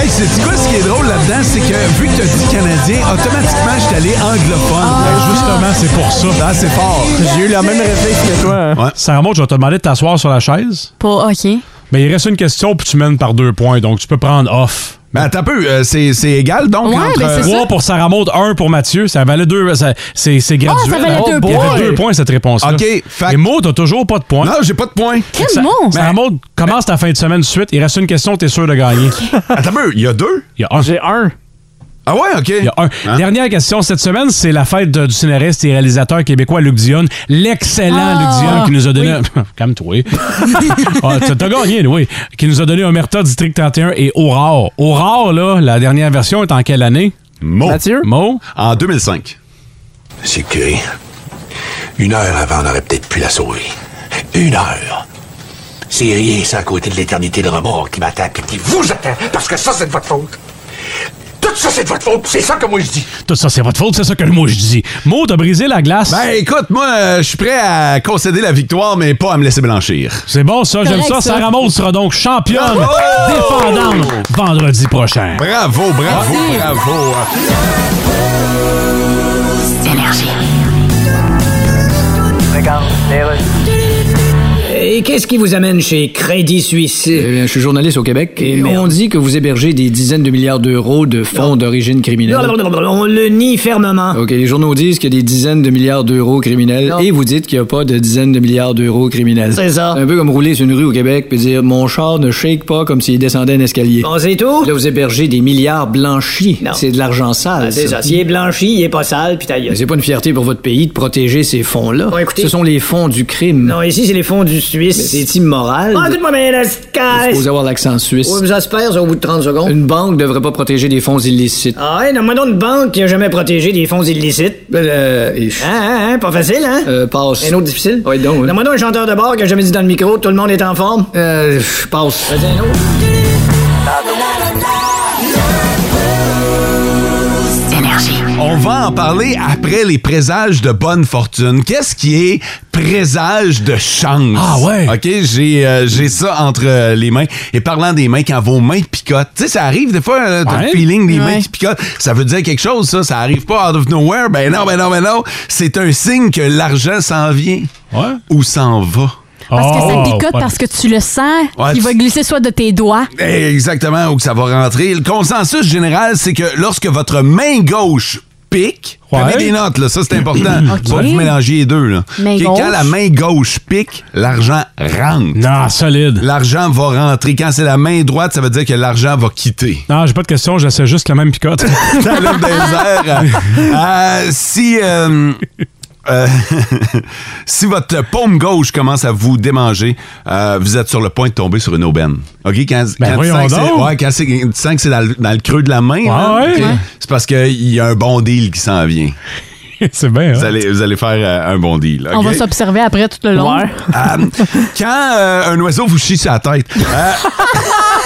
B: Hey, c'est quoi ce qui est drôle là-dedans? C'est que vu que t'as dit canadien, automatiquement, je suis allé anglophone.
D: Ben, justement, c'est pour ça.
B: Ah, c'est fort.
E: Ah. J'ai eu le même réflexe que toi. hein.
D: Sarah Maud, je vais te demander de t'asseoir sur la chaise.
C: Pas OK.
D: Mais il reste une question, puis tu mènes par 2 points. Donc, tu peux prendre off.
B: Mais attends un peu, euh, c'est c'est égal donc
C: Ouais,
B: entre.
C: ben, c'est ça.
D: 3 pour Sarah Maud, 1 pour Mathieu. Ça valait 2. C'est c'est graduel.
C: Ah, ça valait
D: hein.
C: deux
D: Il y
C: points. Ah,
D: avait 2 points, cette réponse-là.
B: OK, fait-
D: Et Maud, t'as toujours pas de points.
B: euh, Non, j'ai pas de point.
C: Quel monstre!
D: Sarah Maud, commence ta fin de semaine de suite. Il reste une question, t'es sûr de gagner.
B: Attends un peu, il y a deux?
D: Il y a un.
E: J'ai un.
B: Ah ouais, OK.
D: Il y a un.
B: Hein?
D: Dernière question cette semaine, c'est la fête de- du scénariste et réalisateur québécois Luc Dion. L'excellent
C: Ah,
D: Luc Dion qui nous a donné. Calme-toi. ah, tu- T'as gagné, oui. Qui nous a donné Omerta, District 31 et Aurore. Aurore, là, la dernière version est en quelle année?
B: Mot.
E: Mathieu?
D: Mo?
B: En 2005.
J: C'est que une heure avant, on aurait peut-être pu la sauver. Une heure. C'est rien, ça, à côté de l'éternité de remords qui m'attend et qui vous attend, parce que ça, c'est de votre faute. Tout Tout ça, c'est de votre faute. C'est ça que moi je dis.
D: Tout ça, c'est votre faute, c'est ça que moi je dis. Mo, t'as brisé la glace.
B: Ben écoute, moi, euh, je suis prêt à concéder la victoire, mais pas à me laisser blanchir.
D: C'est bon ça, j'aime
B: Correct,
D: ça.
B: ça.
D: Sarah Maud sera donc championne
B: Oh!
D: défendante vendredi prochain.
B: Bravo, bravo,
D: Merci.
E: Ah.
B: bravo.
H: Et qu'est-ce qui vous amène chez Crédit Suisse?
G: Eh bien, je suis journaliste au Québec et on dit que vous hébergez des dizaines de milliards d'euros de fonds d'origine criminelle.
H: On le nie fermement.
G: OK, les journaux disent qu'il y a des dizaines de milliards d'euros criminels et vous dites qu'il n'y a pas de dizaines de milliards d'euros criminels.
H: C'est ça.
G: un peu comme rouler sur une rue au Québec puis dire mon char ne shake pas comme s'il descendait un escalier.
H: Bon, c'est tout?
G: Là, vous hébergez des milliards blanchis.
H: Non.
G: C'est de l'argent sale.
H: Ah, c'est
G: ça.
H: ça. S'il est blanchi, il est pas sale, puis ta gueule.
G: Mais c'est pas une fierté pour votre pays de protéger ces fonds-là.
H: Bon, écoutez-
G: Ce sont les fonds du crime.
H: Non, ici, c'est les fonds du
G: Mais
H: Suisse.
G: c'est immoral.
H: Ah, écoute-moi, mais la sky.
G: Vous avoir l'accent suisse.
H: Oui, mais j'espère, ça, au bout de 30 secondes.
G: Une banque devrait pas protéger des fonds illicites.
H: Ah, ouais, donne-moi donc une banque qui a jamais protégé des fonds illicites.
G: Euh, et-
H: Hein, hein, hein, pas facile, hein?
G: euh, passe.
H: Un autre difficile?
G: Ouais, donc, ouais.
H: Donne-moi donc un chanteur de bar qui a jamais dit dans le micro, tout le monde est en forme.
G: Euh, je passe.
H: Vas-y, un autre.
B: On va en parler après les présages de bonne fortune. Qu'est-ce qui est présage de chance?
D: Ah ouais?
B: OK, j'ai euh, j'ai ça entre euh, les mains. Et parlant des mains, quand vos mains picotent, tu sais, ça arrive des fois, euh, t'as
D: Ouais.
B: le feeling des mains
C: Ouais.
B: qui picotent. Ça veut dire quelque chose, ça. Ça arrive pas out of nowhere. Ben non, ben non, ben non. C'est un signe que l'argent s'en vient
D: Ouais.
B: ou s'en va.
C: Parce que
D: Oh,
C: ça picote
D: ouais.
C: parce que tu le sens,
B: Ouais,
C: il
B: tu-
C: va glisser soit de tes doigts.
B: Exactement, où que ça va rentrer. Le consensus général, c'est que lorsque votre main gauche pique,
D: Ouais.
B: prenez des notes, là, ça c'est important.
C: Ok.
B: Faut Pas vous mélanger les deux. Là.
C: Main
B: Ok, Quand
C: gauche.
B: la main gauche pique, l'argent rentre.
D: Non, solide.
B: L'argent va rentrer. Quand c'est la main droite, ça veut dire que l'argent va quitter.
D: Non, j'ai pas de question, j'essaie juste la même picote.
B: Ça lève des airs. Euh, si, euh, euh, si votre paume gauche commence à vous démanger, euh, vous êtes sur le point de tomber sur une aubaine. OK? Quand,
D: Ben
B: quand tu,
D: voyons
B: sens que c'est-
D: donc.
B: ouais, quand c'est- tu sens que c'est dans, le- dans le creux de la main, là,
D: ouais.
B: OK,
D: Ouais.
B: c'est parce qu'il y a un bon deal qui s'en vient.
D: c'est bien.
B: Vous
D: hein?
B: allez, vous allez faire euh, un bon deal.
C: On
B: OK?
C: va s'observer après tout le long.
E: Ouais.
B: Euh, quand euh, un oiseau vous chie sur la tête, euh,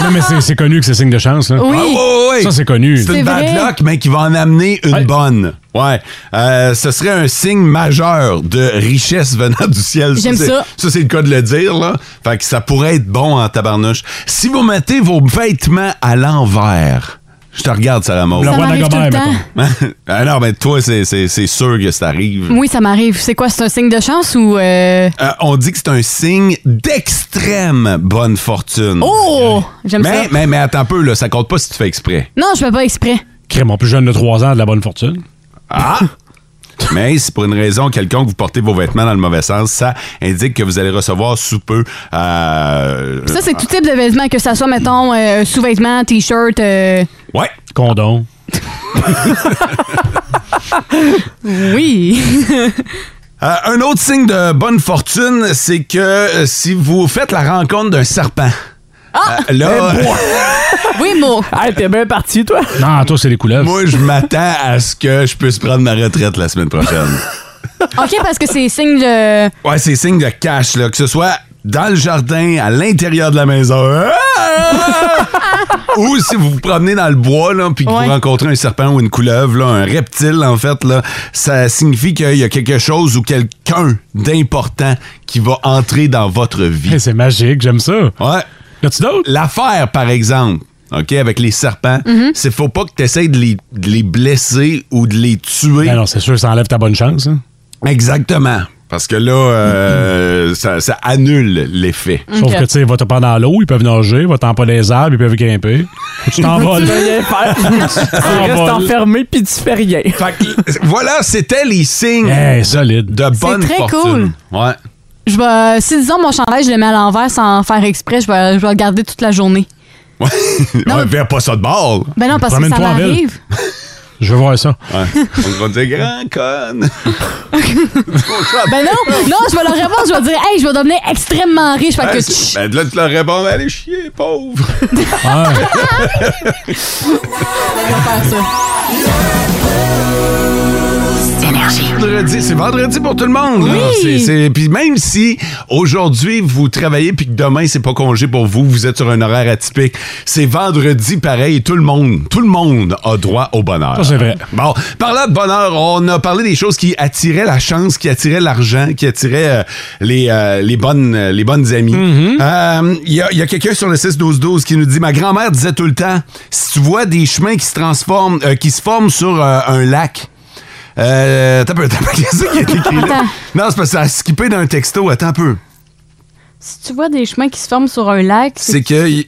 D: Non, mais c'est c'est connu que c'est signe de chance. Là. oh.
C: Oui.
B: Ah, ouais, ouais, ouais.
D: Ça, c'est connu.
B: C'est
C: C'est
B: une bad
C: vrai.
B: luck, mais qui va en amener une
D: Ouais.
B: bonne. Ouais. Euh, ce serait un signe majeur de richesse venant du ciel.
C: J'aime
B: c'est-
C: ça.
B: Ça, c'est le cas de le dire, là. Fait que ça pourrait être bon en tabarnouche. Si vous mettez vos vêtements à l'envers, je te regarde, Sarah Maud.
D: Le
C: Ça
D: roi
C: m'arrive tout
D: Dagobert,
C: le
D: mettons.
C: temps.
B: Ah non, mais toi, c'est- c'est c'est sûr que ça arrive.
C: Oui, ça m'arrive. C'est quoi, c'est un signe de chance ou... euh,
B: Euh, on dit que c'est un signe d'extrême bonne fortune.
C: Oh! J'aime
B: mais,
C: ça.
B: mais, mais attends un peu, là, ça compte pas si tu fais exprès.
C: Non, je fais pas exprès.
D: Crée mon plus jeune de 3 ans a de la bonne fortune.
B: Ah! Mais si pour une raison quelconque vous portez vos vêtements dans le mauvais sens, ça indique que vous allez recevoir sous peu. euh,
C: Ça, c'est tout type de vêtements, que ça soit, mettons, euh, sous-vêtements, t-shirt. euh,
B: Ouais!
D: Condom.
C: Oui.
B: Euh, un autre signe de bonne fortune, c'est que euh, si vous faites la rencontre d'un serpent. euh, là,
C: oui, Mo.
E: Hey, t'es bien parti, toi.
D: Non, toi, c'est les couleuvres.
B: moi, je m'attends à ce que je puisse prendre ma retraite la semaine prochaine.
C: OK, parce que c'est signe de...
B: Ouais, c'est signe de cash, là. Que ce soit dans le jardin, à l'intérieur de la maison. Ah! ou si vous vous promenez dans le bois, là, puis que
C: Ouais.
B: vous rencontrez un serpent ou une couleuvre, là, un reptile, en fait, là, ça signifie qu'il y a quelque chose ou quelqu'un d'important qui va entrer dans votre vie.
D: Hey, c'est magique, j'aime ça.
B: Ouais.
D: Y'a-tu d'autres?
B: L'affaire, par exemple, OK, avec les serpents,
D: Mhm.
B: c'est faut pas que tu essaies de les, de les blesser ou de les tuer.
D: Ben non, c'est sûr, ça enlève ta bonne chance. hein.
B: Exactement. Parce que là, euh, ça, ça annule l'effet.
D: Sauf
C: Ok.
D: que, tu sais, ils vont te prendre dans l'eau, ils peuvent nager, ils vont t'en pas les arbres, ils peuvent grimper. Faut que Tu
E: Tu
D: t'envoles.
E: veux rien faire. tu restes
D: Envole.
E: enfermé puis tu fais rien.
B: Fait que, voilà, c'était les signes
D: Hey, solide.
B: de bonne
C: très
B: fortune. Ouais.
C: Je vais... Si, disons, mon chandail, je le mets à l'envers sans faire exprès, je vais, je vais le garder toute la journée.
B: Ouais.
C: Non.
B: Ouais, vers pas ça de bord.
C: Ben non, parce que ça
D: Promène-toi en ville.
C: m'arrive.
D: Je veux voir ça.
B: Ouais. On va dire grand con.
C: Ben non, non, je vais leur répondre, je vais dire, hey, je vais devenir extrêmement riche. Fait que...
B: Ben, c'est- ben, là, tu leur réponds, allez chier, pauvre.
D: Ouais.
C: Je vais faire ça.
B: Vendredi, c'est vendredi pour tout le monde. là.
L: Oui.
B: C'est- c'est- Puis même si aujourd'hui vous travaillez puis que demain c'est pas congé pour vous, vous êtes sur un horaire atypique, c'est vendredi pareil. Tout le monde, tout le monde a droit au bonheur.
D: Ça, c'est vrai.
B: Bon, parlant de bonheur, on a parlé des choses qui attiraient la chance, qui attiraient l'argent, qui attiraient euh, les, euh, les bonnes euh, les bonnes amies.
D: Mm-hmm.
B: Euh, Il y a, il y a quelqu'un sur le 6-12-12 qui nous dit Ma grand-mère disait tout le temps, si tu vois des chemins qui se transforment, euh, qui se forment sur euh, un lac. Euh, t'as peu, t'as peu, qu'est-ce qui est écrit là?
C: Attends.
B: Non, c'est parce que ça a skippé d'un texto. Attends un peu.
C: Si tu vois des chemins qui se forment sur un lac, c'est
B: C'est que. y-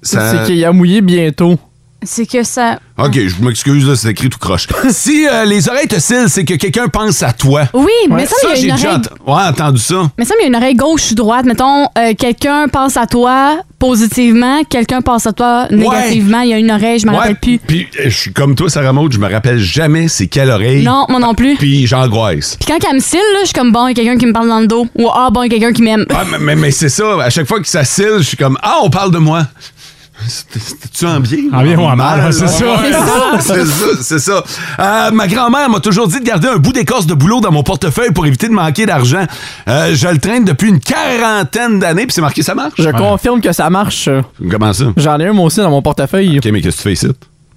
B: ça-
E: C'est qu'il a mouillé bientôt.
C: c'est que ça.
B: Ok, je m'excuse, là, c'est écrit tout croche. si euh, les oreilles te cillent, c'est que quelqu'un pense à toi.
C: Oui, mais ça, il y a
B: j'ai
C: une
B: déjà
C: oreille-
B: ent- ouais, entendu ça.
C: Mais ça, il y a une oreille gauche ou droite. Mettons, euh, quelqu'un pense à toi positivement, quelqu'un pense à toi négativement. Il y a une oreille, je m'en
B: Ouais,
C: rappelle plus.
B: Puis euh, je suis comme toi, Sarah Maud, je me rappelle jamais c'est quelle oreille.
C: Non, moi non plus.
B: Puis j'angoisse.
C: Puis quand elle me cille, là, je suis comme bon, il y a quelqu'un qui me parle dans le dos. Ou ah, bon, il y a quelqu'un qui m'aime.
B: Ah, mais- mais, mais c'est ça, à chaque fois que ça cille, je suis comme Ah, on parle de moi. C'était-tu en bien?
D: En bien ou en mal, c'est ça.
B: Ouais, c'est ça, c'est ça. Euh, ma grand-mère m'a toujours dit de garder un bout d'écorce de boulot dans mon portefeuille pour éviter de manquer d'argent. Euh, je le traîne depuis une quarantaine d'années, puis c'est marqué ça marche.
E: Je confirme que ça marche. ça.
B: Comment ça?
E: J'en ai un moi aussi dans mon portefeuille.
B: Ok, mais qu'est-ce que tu fais ici?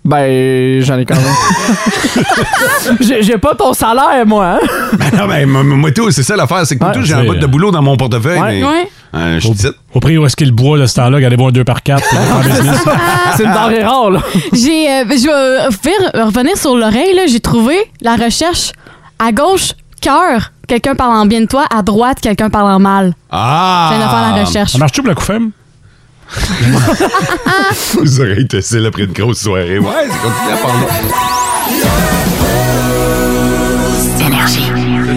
E: Ben, j'en ai quand même. J'ai- J'ai pas ton salaire, moi, hein?
B: Ben non, mais m- m- moi tout, c'est ça l'affaire, c'est que moi tout, j'ai un
D: c'est-
B: bout de boulot dans mon portefeuille.
E: Ouais.
B: mais,
E: Ouais.
B: euh, je suis
D: Au prix où est-ce qu'il boit de ce temps-là, regardez voir un 2x4.
E: C'est une denrée rare, là.
C: J'ai, euh, je vais revenir- revenir sur l'oreille. là. J'ai trouvé la recherche à gauche, cœur, quelqu'un parle en bien de toi. À droite, quelqu'un parle en mal.
B: Ah!
C: Je viens de faire la recherche. Ça
B: marche-tu pour le coup femme? Vos oreilles te scellent après une grosse soirée. Ouais, c'est compliqué à parler.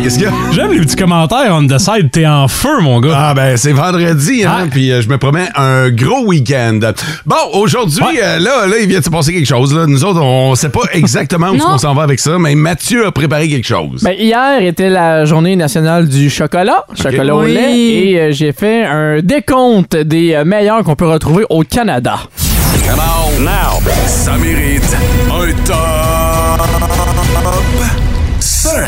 B: Qu'est-ce qu'il y a?
D: J'aime les petits commentaires on the side. T'es en feu, mon gars.
B: Ah, ben, c'est vendredi, hein? Puis euh, je me promets un gros week-end. Bon, aujourd'hui, euh, là, là, il vient de se passer quelque chose. Là. Nous autres, on sait pas exactement où
E: Non.
B: on s'en va avec ça, mais Mathieu a préparé quelque chose.
E: Ben, hier était la journée nationale du chocolat, chocolat au
B: Oui.
E: lait, et euh, j'ai fait un décompte des euh, meilleurs qu'on peut retrouver au Canada.
M: Come on now. Ça mérite un top 5.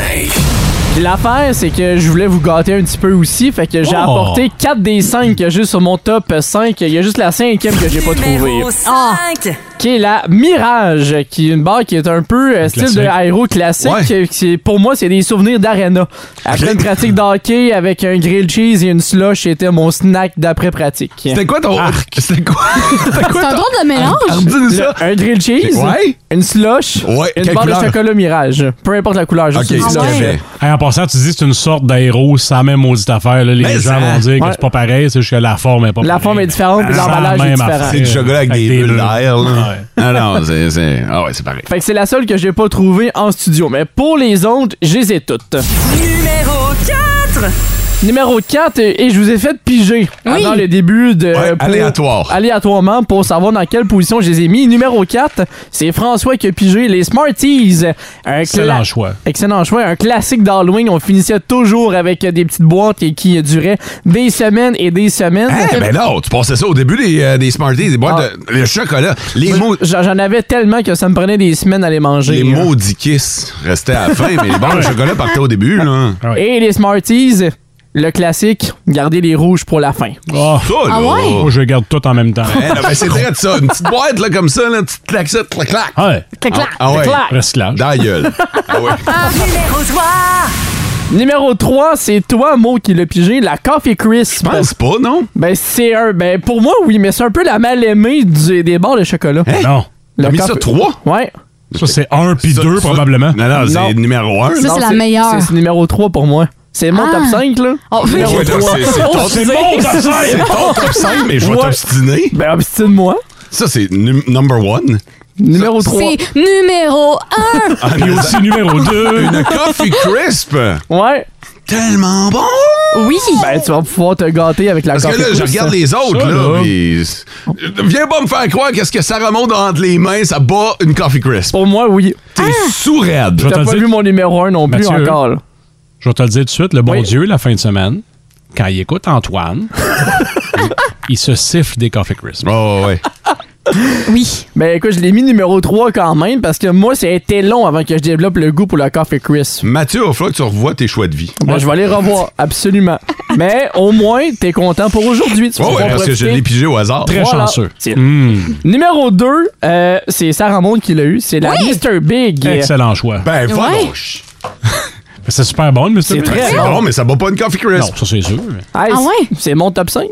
E: Puis L'affaire, c'est que je voulais vous gâter un petit peu aussi, fait que j'ai
M: Oh.
E: apporté 4 des 5 que j'ai sur mon top 5. Il y a juste la cinquième que j'ai pas trouvée. Qui est la Mirage, qui est une barre qui est un peu euh, style de
M: classique.
E: aéro classique.
M: Ouais.
E: qui est- pour moi, c'est des souvenirs d'arena. Après une pratique d'hockey avec un grilled cheese et une slush, c'était mon snack d'après-pratique.
B: C'était quoi ton... C'était quoi?
C: C'est un drôle de mélange.
E: Le- un grilled cheese,
D: Ouais.
E: une slush,
D: Ouais,
E: une
D: quelle
E: barre
D: couleur?
E: de chocolat mirage. Peu importe la couleur, juste une slush.
D: Hey, en passant, tu dis que c'est une sorte d'aéro sans même maudite affaire. là. Les
E: Mais ça-
D: gens vont dire
E: Ouais.
D: que c'est pas pareil, c'est juste que la forme est pas
E: La forme est différente, puis
D: Ah,
E: l'emballage est
D: même
E: différent.
D: affaire.
B: C'est du chocolat avec,
D: Avec
B: des,
D: des
B: bulles
D: bulles.
B: d'air, là. Ah non, c'est... c'est- Ah ouais, c'est pareil.
E: Fait que c'est la seule que j'ai pas trouvée en studio. Mais pour les autres, je les ai toutes.
I: Numéro 4.
E: Numéro 4, et et je vous ai fait piger
I: Oui.
E: dans le début de. euh,
B: Ouais, aléatoire.
E: Aléatoirement pour savoir dans quelle position je les ai mis. Numéro 4, c'est François qui a pigé les Smarties. Un
D: Excellent
E: cla-
D: choix.
E: Excellent choix. Un classique d'Halloween. On finissait toujours avec euh, des petites boîtes et qui euh, duraient des semaines et des semaines.
B: Eh ben non, tu pensais ça au début des, euh, des Smarties, des boîtes de le chocolat. Les, mots
E: J'en j'en avais tellement que ça me prenait des semaines à les manger.
B: les
E: hein.
B: maudits kiss restaient à la fin, mais les barres de chocolat partaient au début. Là.
E: Et les Smarties, le classique, gardez les rouges pour la fin.
D: Ah,
B: Ça, là. Ah ouais?
D: Moi, je les garde tout en même temps.
B: Eh, non, mais c'est vrai de ça. Une petite boîte là, comme ça, là, une petite claque, ça, clac, clac.
D: Ouais.
B: Ah, ah ouais.
D: Recyclage.
B: Dans la gueule. Ah ouais.
I: Numéro 3.
E: Numéro 3, c'est toi, Mo, qui l'a pigé, la Coffee Crisp. Je
B: pense pas, non?
E: Ben, c'est un. Ben, pour moi, oui, mais c'est un peu la mal-aimée du- des barres de chocolat.
B: Hein?
D: Non.
E: Le T'as mis ça coffee- trois? Ouais.
D: Ça, c'est un puis deux, probablement.
B: Non, non, c'est numéro un.
E: Non,
C: Ça, c'est la meilleure.
E: C'est c'est numéro 3 pour moi. C'est mon
C: Ah.
E: top 5, là.
C: Oh, oui.
E: Numéro
B: Ouais, non,
E: trois.
B: c'est- c'est ton-
E: Oh,
B: c'est mon top
E: c'est-
B: cinq. C'est ton top cinq, mais je vais
E: Ouais.
B: t'obstiner.
E: Ben, obstine-moi.
B: Ça, c'est num- number one.
E: Numéro
C: C'est numéro 1.
B: mais
D: aussi numéro deux.
B: Une coffee crisp.
E: Ouais.
B: Tellement bon!
C: Oui!
E: Ben, tu vas pouvoir te gâter avec la
B: Parce que
E: Coffee
B: là, je
E: Crisp,
B: regarde
E: ça.
B: les autres,
E: Ça,
B: là. puis c'est- Viens pas me faire croire que ce que ça remonte entre les mains, ça bat une coffee crisp.
E: Pour moi, oui.
B: T'es sous-raide.
D: Je vais te
E: T'as
D: le
E: pas
D: dire.
E: vu mon numéro 1 non plus
D: Mathieu.
E: encore. là.
D: Je vais te le dire tout de suite, le bon Dieu, la fin de semaine, quand il écoute Antoine, il se siffle des Coffee Crisp.
B: Oh, ouais.
C: Oui.
E: Ben écoute, je l'ai mis numéro 3 quand même parce que moi, ça a été long avant que je développe le goût pour le café crisp.
B: Mathieu, il va falloir que tu revois tes choix de vie.
E: Ben, je vais les revoir, absolument. Mais au moins, t'es content pour aujourd'hui. Tu vas
B: Ouais,
E: pouvoir
B: ouais, parce que je
E: profiter.
B: l'ai pigé au hasard.
E: Très Voilà. chanceux. C'est- Numéro 2, c'est Sarah Monde qui l'a eu. C'est la
D: Oui.
E: Mr. Big.
D: Excellent choix.
B: Ben,
E: Ouais.
B: va donc.
D: C'est super bon, mais
E: C'est très bon.
B: mais ça bat pas une coffee crisp.
D: Non, ça c'est sûr.
C: Ah
E: Hey, c'est- C'est mon top 5.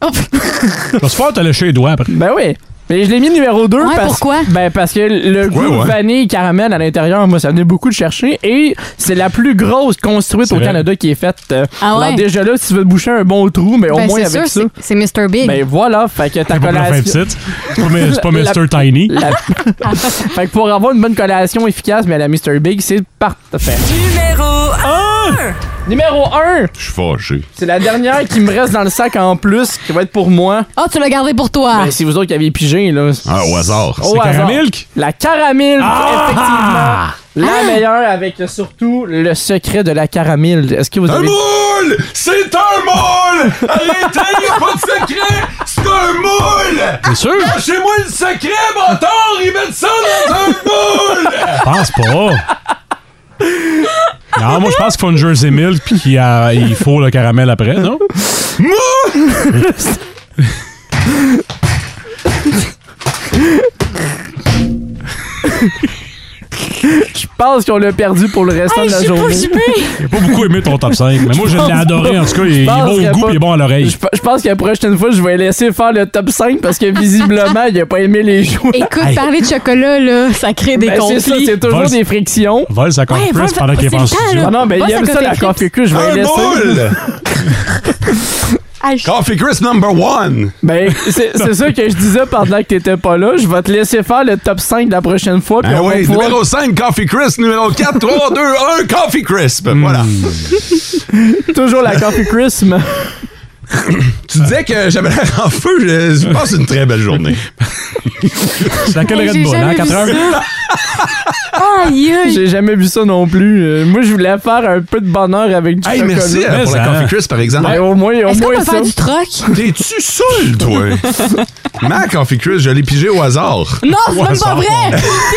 D: Tu vas se faire te lécher les doigts après.
E: Ben oui. Mais je l'ai mis numéro 2
D: Ouais,
E: parce,
D: pourquoi?
E: Ben parce que le
D: Pourquoi,
E: goût
D: ouais?
E: vanille caramel à l'intérieur, moi, ça venait beaucoup de chercher. Et c'est la plus grosse construite
C: C'est
E: au
C: vrai.
E: Canada qui est faite. Euh,
C: Ah ouais?
E: Alors déjà là, si tu veux te boucher un bon trou, mais au
C: Ben,
E: moins
C: c'est
E: avec
C: sûr,
E: ça.
C: c'est- C'est Mr. Big.
E: Ben voilà, fait que ta
D: pas pour la fin de
E: collation.
D: site. C'est pas mi- c'est pas
E: La-
D: Mr. Tiny.
E: la- fait que pour avoir une bonne collation efficace, mais à la Mr. Big, c'est parfait.
I: Numéro 1!
E: Numéro 1!
B: Je suis fâché.
E: C'est la dernière qui me reste dans le sac en plus, qui va être pour moi.
C: Ah, tu l'as gardé pour toi.
E: Ben, c'est vous autres qui avez pigé, là.
B: Ah, au hasard.
E: Au hasard. La caramilk, effectivement. La
B: Ah!
E: meilleure avec euh, surtout le secret de la caramilk. Est-ce que vous
B: Un
E: avez...
B: moule! C'est un moule! Arrêtez, y a pas de secret! C'est un moule!
D: C'est sûr?
B: Cachez-moi le secret, bâtard! Ils mettent ça dans un moule!
D: Je pense pas. Non, moi je pense qu'il faut une Jersey Milk puis qu'il y a- il faut le caramel après, non?
E: Je pense qu'on l'a perdu pour le restant
I: Hey,
E: de la
I: j'ai pas
E: journée.
D: J'ai pas beaucoup aimé ton top 5, mais moi je
E: pense
D: l'ai adoré.
E: pas.
D: En tout cas, il, il est
E: Je pense qu'il y
D: bon au
E: a
D: goût
E: pas-
D: puis il est bon à l'oreille.
E: Je, je pense que la prochaine fois, je vais laisser faire le top 5 parce que visiblement, il a pas aimé les jouets.
C: Écoute, parler de chocolat, là, ça crée des
E: Ben, c'est
C: conflits.
E: ça, c'est toujours
D: Vol-
E: des frictions.
D: Vol sa
C: Ouais,
D: coffee
C: vole
D: crisp
C: sa-
D: pendant qu'il est
C: c'est
D: pas en
C: le temps,
D: studio.
C: là.
E: Ah non, ben
C: Vol
E: il aime
C: sa
E: ça la
C: coffee
E: coffee que je vais
B: un
E: laisser.
B: moule!
C: Aïe.
B: Coffee crisp number one!
E: Ben, c'est c'est ça que je disais pendant que t'étais pas là. Je vais te laisser faire le top 5 la prochaine fois. puis
B: Ben
E: on va
B: ouais,
E: pouvoir-
B: numéro 5, Coffee Crisp. Numéro 4, 3, 2, 1, Coffee Crisp. Voilà.
E: Toujours la coffee crisp. mais-
B: Tu disais que j'avais l'air en feu. Je, je passe une très belle journée.
D: C'est la
E: Hey,
D: collerette
E: j'ai
D: de bonne, hein,
E: jamais
D: 4
E: vu
D: heures.
E: ça.
C: Aïe, aïe.
E: J'ai jamais vu ça non plus. Euh, moi, je voulais faire un peu de bonheur avec du
B: Hey,
E: chocolat.
B: merci euh, pour la Coffee Crisp, par exemple.
E: Ben, au moins, au
C: Est-ce qu'on
E: moins
C: peut
E: ça.
C: faire du troc?
B: T'es-tu saoul, toi? Ma Coffee Crisp, je l'ai pigé au hasard.
C: Non, c'est
B: Au
C: même pas
B: hasard.
C: vrai! T'es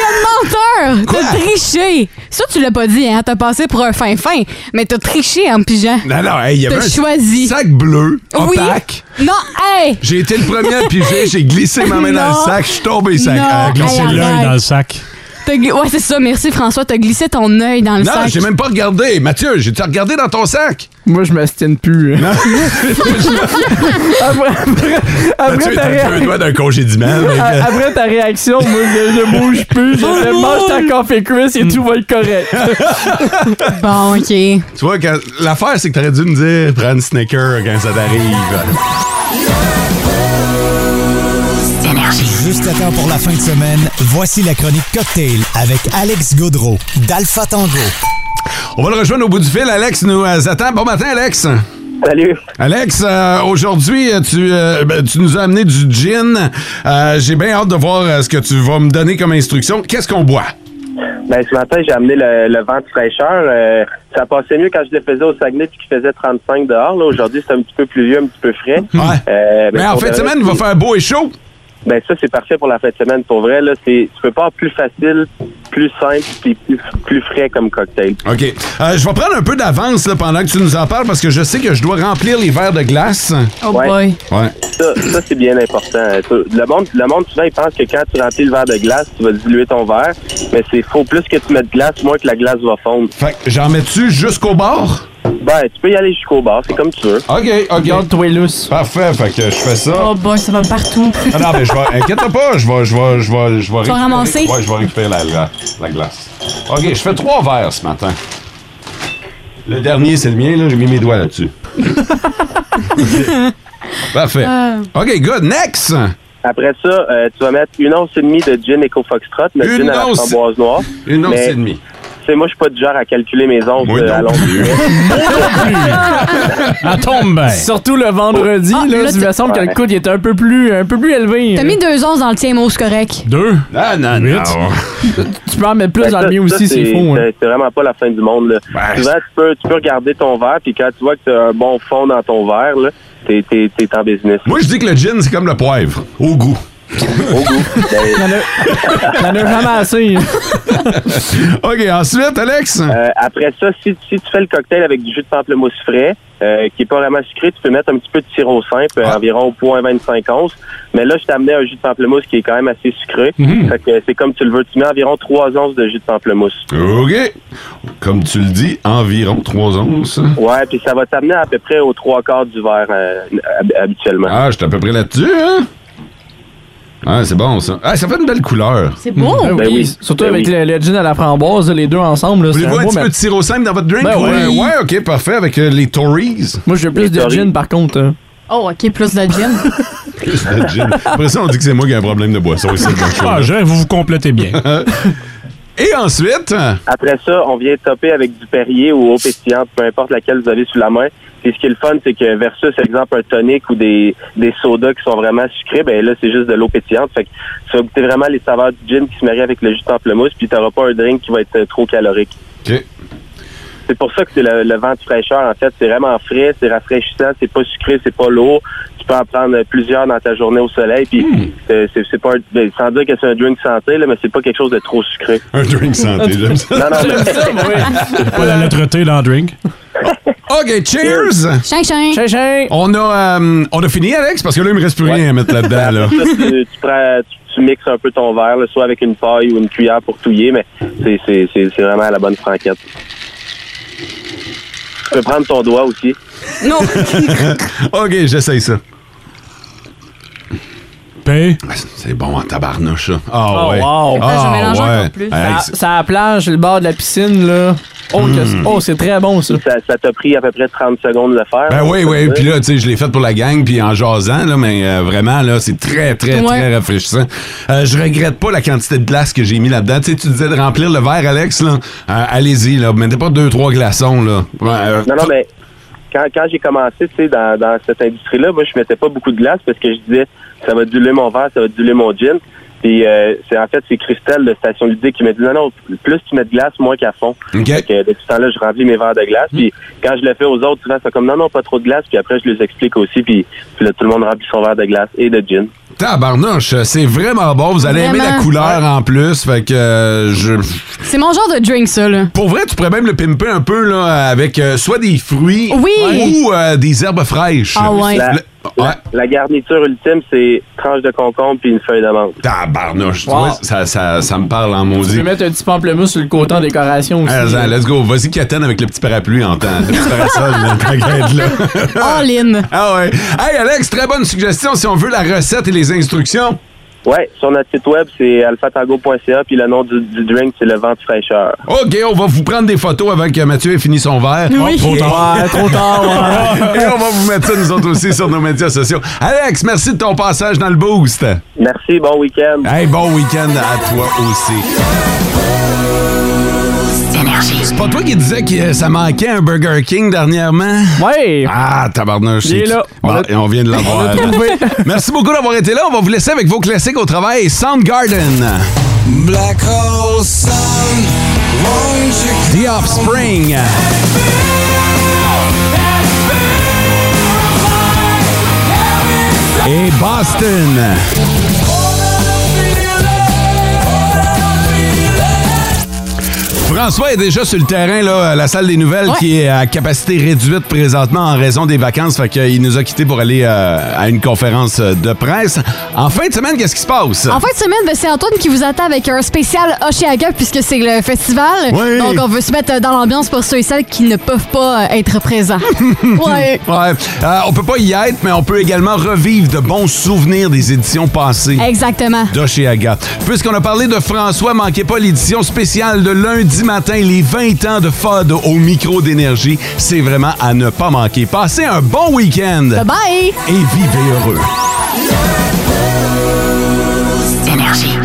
C: un menteur! T'as triché! Ça, tu l'as pas dit, hein? T'as passé pour un fin-fin, mais t'as triché en pigeant.
B: Non, non, hey, il y avait
C: T'as
B: un
C: choisi.
B: sac bleu,
C: Oui.
B: opaque.
C: Non, hey!
B: J'ai été le premier à piger, j'ai glissé ma main dans
C: Non.
B: le sac, je suis tombé sac.
C: Non,
B: Ah,
C: hey, arrête.
D: L'œil dans le sac.
C: T'as gli- Ouais, c'est ça, merci François, t'as glissé ton œil dans le
B: Non,
C: sac.
B: j'ai même pas regardé. Mathieu, j'ai-tu regardé dans ton sac?
E: Moi, je m'astine plus.
B: Non.
E: après, après- après
B: Mathieu,
E: ta
B: t'as
E: réa-
B: un doigt d'un congédiement. mais-
E: a- après ta réaction, moi, je, je bouge plus. Je je mange ta coffee crisp et tout va être correct.
C: Bon, OK.
B: Tu vois, quand- l'affaire, c'est que t'aurais dû me dire prends une sneaker quand ça t'arrive.
L: Juste à temps pour la fin de semaine, voici la chronique Cocktail avec Alex Gaudreau d'Alpha Tango.
B: On va le rejoindre au bout du fil. Alex nous euh, attend. Bon matin, Alex.
N: Salut.
B: Alex, euh, aujourd'hui, euh, tu, euh, ben, tu nous as amené du gin. Euh, J'ai bien hâte de voir euh, ce que tu vas me donner comme instruction. Qu'est-ce qu'on boit?
N: Ben, ce matin, j'ai amené le, le vent de fraîcheur. Euh, ça passait mieux quand je le faisais au Saguenay puis qu'il faisait 35 dehors. Là, aujourd'hui, c'est un petit peu pluvieux, un petit peu frais.
G: Hum.
C: Hmm. ben,
N: Euh,
B: Mais en
N: pour
B: fin de
N: le
B: semaine, il
N: reste,
B: va faire beau et chaud.
N: Ben, ça, c'est parfait pour la fin de semaine. Pour vrai, là, c'est, tu peux pas avoir plus facile, plus simple puis plus, plus frais comme cocktail.
B: OK. Euh, je vais prendre un peu d'avance là, pendant que tu nous en parles parce que je sais que je dois remplir les verres de glace.
C: Oh
N: Ouais.
C: boy.
B: Ouais.
N: Ça, ça, c'est bien important. Le monde, le monde, souvent, il pense que quand tu remplis le verre de glace, tu vas diluer ton verre. Mais c'est faux. Plus que tu mets de glace, moins que la glace va fondre.
B: Fait que j'en mets-tu jusqu'au bord?
N: Ben, tu peux y aller jusqu'au bord. C'est comme tu veux.
B: OK, OK.
E: Garde-toi lousse.
B: Parfait. Fait que je fais ça.
C: Oh boy, ça va partout.
B: Ah non, mais je vais. Inquiète pas, je vais. Je vais. Je vais. Je vais récupérer-
C: ramasser?
B: Ouais, je vais récupérer la, la- la glace. OK, je fais trois verres ce matin. Le dernier, c'est le mien, là. J'ai mis mes doigts là-dessus. Parfait.
N: Ah.
B: OK, good. Next!
N: Après ça, euh, tu vas mettre une once et demie de gin Eco Foxtrot, mais
B: Une
N: gin à la
B: once-
N: framboise noire.
B: une once
N: Mais,
B: et demie.
N: Tu sais, moi, je suis pas du genre à calculer mes onces
B: Moi
N: euh, à
B: non
N: longue
B: plus.
D: La tombe ben. bien.
E: Surtout le vendredi,
C: Ah,
E: là,
C: là,
E: il me
C: tu-
E: semble que le
C: Ouais.
E: coude il est un peu plus, un peu plus élevé.
C: T'as mis deux onces dans le tien, mot, c'est correct.
D: Deux?
B: Non, non, non.
E: Tu peux en mettre plus
N: Fait que
E: dans
N: Ben, ça-
E: le mien
N: ça,
E: aussi, c'est faux. hein.
N: C'est c'est vraiment pas la fin du monde. Là.
B: Ouais.
N: Souvent, tu peux, tu peux regarder ton verre, puis quand tu vois que tu as un bon fond dans ton verre, là, t'es, t'es, t'es en business.
B: Moi, je dis que le gin, c'est comme le poivre, au goût.
N: Au goût.
E: T'en as jamais assez.
B: OK, ensuite, Alex?
N: Euh, après ça, si, si tu fais le cocktail avec du jus de pamplemousse frais, euh, qui est pas vraiment sucré, tu peux mettre un petit peu de sirop simple,
B: Ah.
N: euh, environ au point 25 onces. Mais là, je t'ai amené un jus de pamplemousse qui est quand même assez sucré.
B: Mmh.
N: Fait que c'est comme tu le veux. Tu mets environ 3 onces de jus de pamplemousse.
B: OK. Comme tu le dis, environ 3 onces.
N: Ouais, puis ça va t'amener à peu près aux trois quarts du verre euh, hab- habituellement.
B: Ah, j'étais à peu près là-dessus, hein? Ah, c'est bon, ça. Ah, ça fait une belle couleur.
C: C'est beau.
E: Ben oui.
B: Ben oui.
E: Surtout
B: Ben
E: avec
B: oui.
E: le, le gin à la framboise, les deux ensemble. là, c'est
B: Voulez-vous un
E: beau
B: petit
E: ma-
B: peu de sirop simple dans votre drink?
E: Ben
B: Ouais,
E: oui.
B: ouais, OK, parfait, avec euh, les Tories.
E: Moi, j'ai plus de gin, par contre. hein.
C: Oh, OK, plus de gin.
B: Plus de gin. Après ça, on dit que c'est moi qui ai un problème de boisson ici.
D: Ah, je- vous vous complétez bien.
B: Et ensuite?
N: Après ça, on vient topper avec du Perrier ou eau pétillante, peu importe laquelle vous avez sous la main. Puis ce qui est le fun, c'est que versus, exemple, un tonic ou des, des sodas qui sont vraiment sucrés, ben là, c'est juste de l'eau pétillante. Fait que tu vas goûter vraiment les saveurs du gin qui se marient avec le jus de pamplemousse, puis t'auras pas un drink qui va être euh, trop calorique.
B: OK.
N: C'est pour ça que c'est le, le vent de fraîcheur, en fait. C'est vraiment frais, c'est rafraîchissant, c'est pas sucré, c'est pas lourd. Tu peux en prendre euh, plusieurs dans ta journée au soleil, puis
B: Hmm.
N: euh, c'est c'est pas un- ben, sans dire que c'est un drink santé, là, mais c'est pas quelque chose de trop sucré.
B: Un drink santé, j'aime ça.
N: Non, non, mais-
D: Pas la lettre T dans le drink.
B: OK, cheers!
C: Chang, chang.
B: On a, euh, on a fini, Alex, parce que là, il me reste plus rien à mettre là-dedans. Là.
N: Ça, tu, tu prends- tu- tu mixes un peu ton verre, là, soit avec une paille ou une cuillère pour touiller, mais c'est- c'est c'est- c'est vraiment à la bonne franquette. Tu peux prendre ton doigt aussi.
C: Non!
B: OK, j'essaye ça.
D: P.
B: C'est bon en tabarnouche, ça. Ah
E: Oh,
B: ouais.
E: wow.
B: Ah,
E: Ah, je mélange
B: ouais.
E: encore plus.
B: Hey,
E: Ça,
B: c'est- Hmm.
E: ça à la plage, le bord de la piscine, là. Oh, que- oh, c'est très bon, ça.
N: Ça ça t'a pris à peu près 30 secondes de le faire.
B: Ben
N: là,
B: oui,
N: ça
B: oui.
N: veut
B: Puis
N: dire.
B: là, tu sais, je l'ai fait pour la gang, puis en jasant, là, mais euh, vraiment, là, c'est très, très,
N: Ouais.
B: très rafraîchissant. Euh, je regrette pas la quantité de glace que j'ai mis là-dedans. Tu sais, tu disais de remplir le verre, Alex, là. Euh, Allez-y, là. Mettez pas deux, trois glaçons, là. Ouais, euh,
N: Non, non, mais quand, quand j'ai commencé, tu sais, dans, dans cette industrie-là, moi, je mettais pas beaucoup de glace parce que je disais, ça va diluer mon verre, ça va diluer mon gin. Puis, euh, c'est en fait, c'est Christelle de Station Ludée qui me dit, non, non, plus tu mets de glace, moins qu'à fond. Fait que, depuis ce temps-là, je remplis mes verres de glace. Puis, quand je le fais aux autres, souvent, c'est comme, non, non, pas trop de glace. Puis après, je les explique aussi. Puis, puis là, tout le monde remplit son verre de glace et de gin.
B: Tabarnouche, c'est vraiment bon. Vous allez aimer
C: Vraiment.
B: la couleur en plus. Fait que euh, je.
C: C'est mon genre de drink, ça, là.
B: Pour vrai, tu pourrais même le pimper un peu là, avec euh, soit des fruits
C: Oui.
B: ou euh, des herbes fraîches.
N: La,
B: Le-
N: Ah la- la garniture ultime, c'est tranche de concombre puis une feuille de menthe.
B: Tabarnouche, tu
N: Wow.
B: vois, ça, ça, ça me parle en
E: Tu
B: maudit.
E: peux mettre un petit pamplemousse sur le côté en décoration aussi.
B: Ah, Zan, let's go. Vas-y, Katen, avec le petit parapluie en temps. Le petit parasol, là, t'inquiète, là.
C: All in.
B: Ah ouais. Hey, Alex, très bonne suggestion si on veut la recette et les instructions.
N: Ouais, sur notre site web, c'est alphatango.ca, puis le nom du, du drink, c'est le vent de fraîcheur.
B: OK, on va vous prendre des photos avant que Mathieu ait fini son verre.
N: Oui.
B: Oh,
N: Trop tard.
B: Et-
N: Ouais, trop tard, ouais.
B: Et on va vous mettre ça, nous autres aussi, sur nos médias sociaux. Alex, merci de ton passage dans le Boost.
N: Merci, bon week-end.
B: Hey, bon week-end à toi aussi. C'est pas toi qui disais que euh, ça manquait un Burger King dernièrement?
E: Ouais!
B: Ah, tabarnouche.
E: Il est
B: c'est-
E: là.
B: Bon,
E: On l'a-
B: et on vient de
E: on l'a
B: l'avoir.
E: trouvé.
B: Merci beaucoup d'avoir été là. On va vous laisser avec vos classiques au travail. Soundgarden.
M: Black Hole Sun,
B: The Offspring. Et Boston. François est déjà sur le terrain, là, à la salle des nouvelles, qui est à capacité réduite présentement en raison des vacances. Fait qu'il nous a quittés pour aller euh, à une conférence de presse. En fin de semaine, qu'est-ce qui se passe?
C: En fin de semaine, ben, c'est Antoine qui vous attend avec un spécial Oshiaga puisque c'est le festival.
B: Oui.
C: Donc, on veut se mettre dans l'ambiance pour ceux et celles qui ne peuvent pas euh, être présents. ouais.
B: Ouais. Euh, on peut pas y être, mais on peut également revivre de bons souvenirs des éditions passées.
C: Exactement.
B: d'Oshiaga. Puisqu'on a parlé de François, manquez pas l'édition spéciale de lundi matin, les 20 ans de FOD au micro d'énergie. C'est vraiment à ne pas manquer. Passez un bon week-end. Bye
C: bye.
B: Et vivez heureux.
I: Énergie.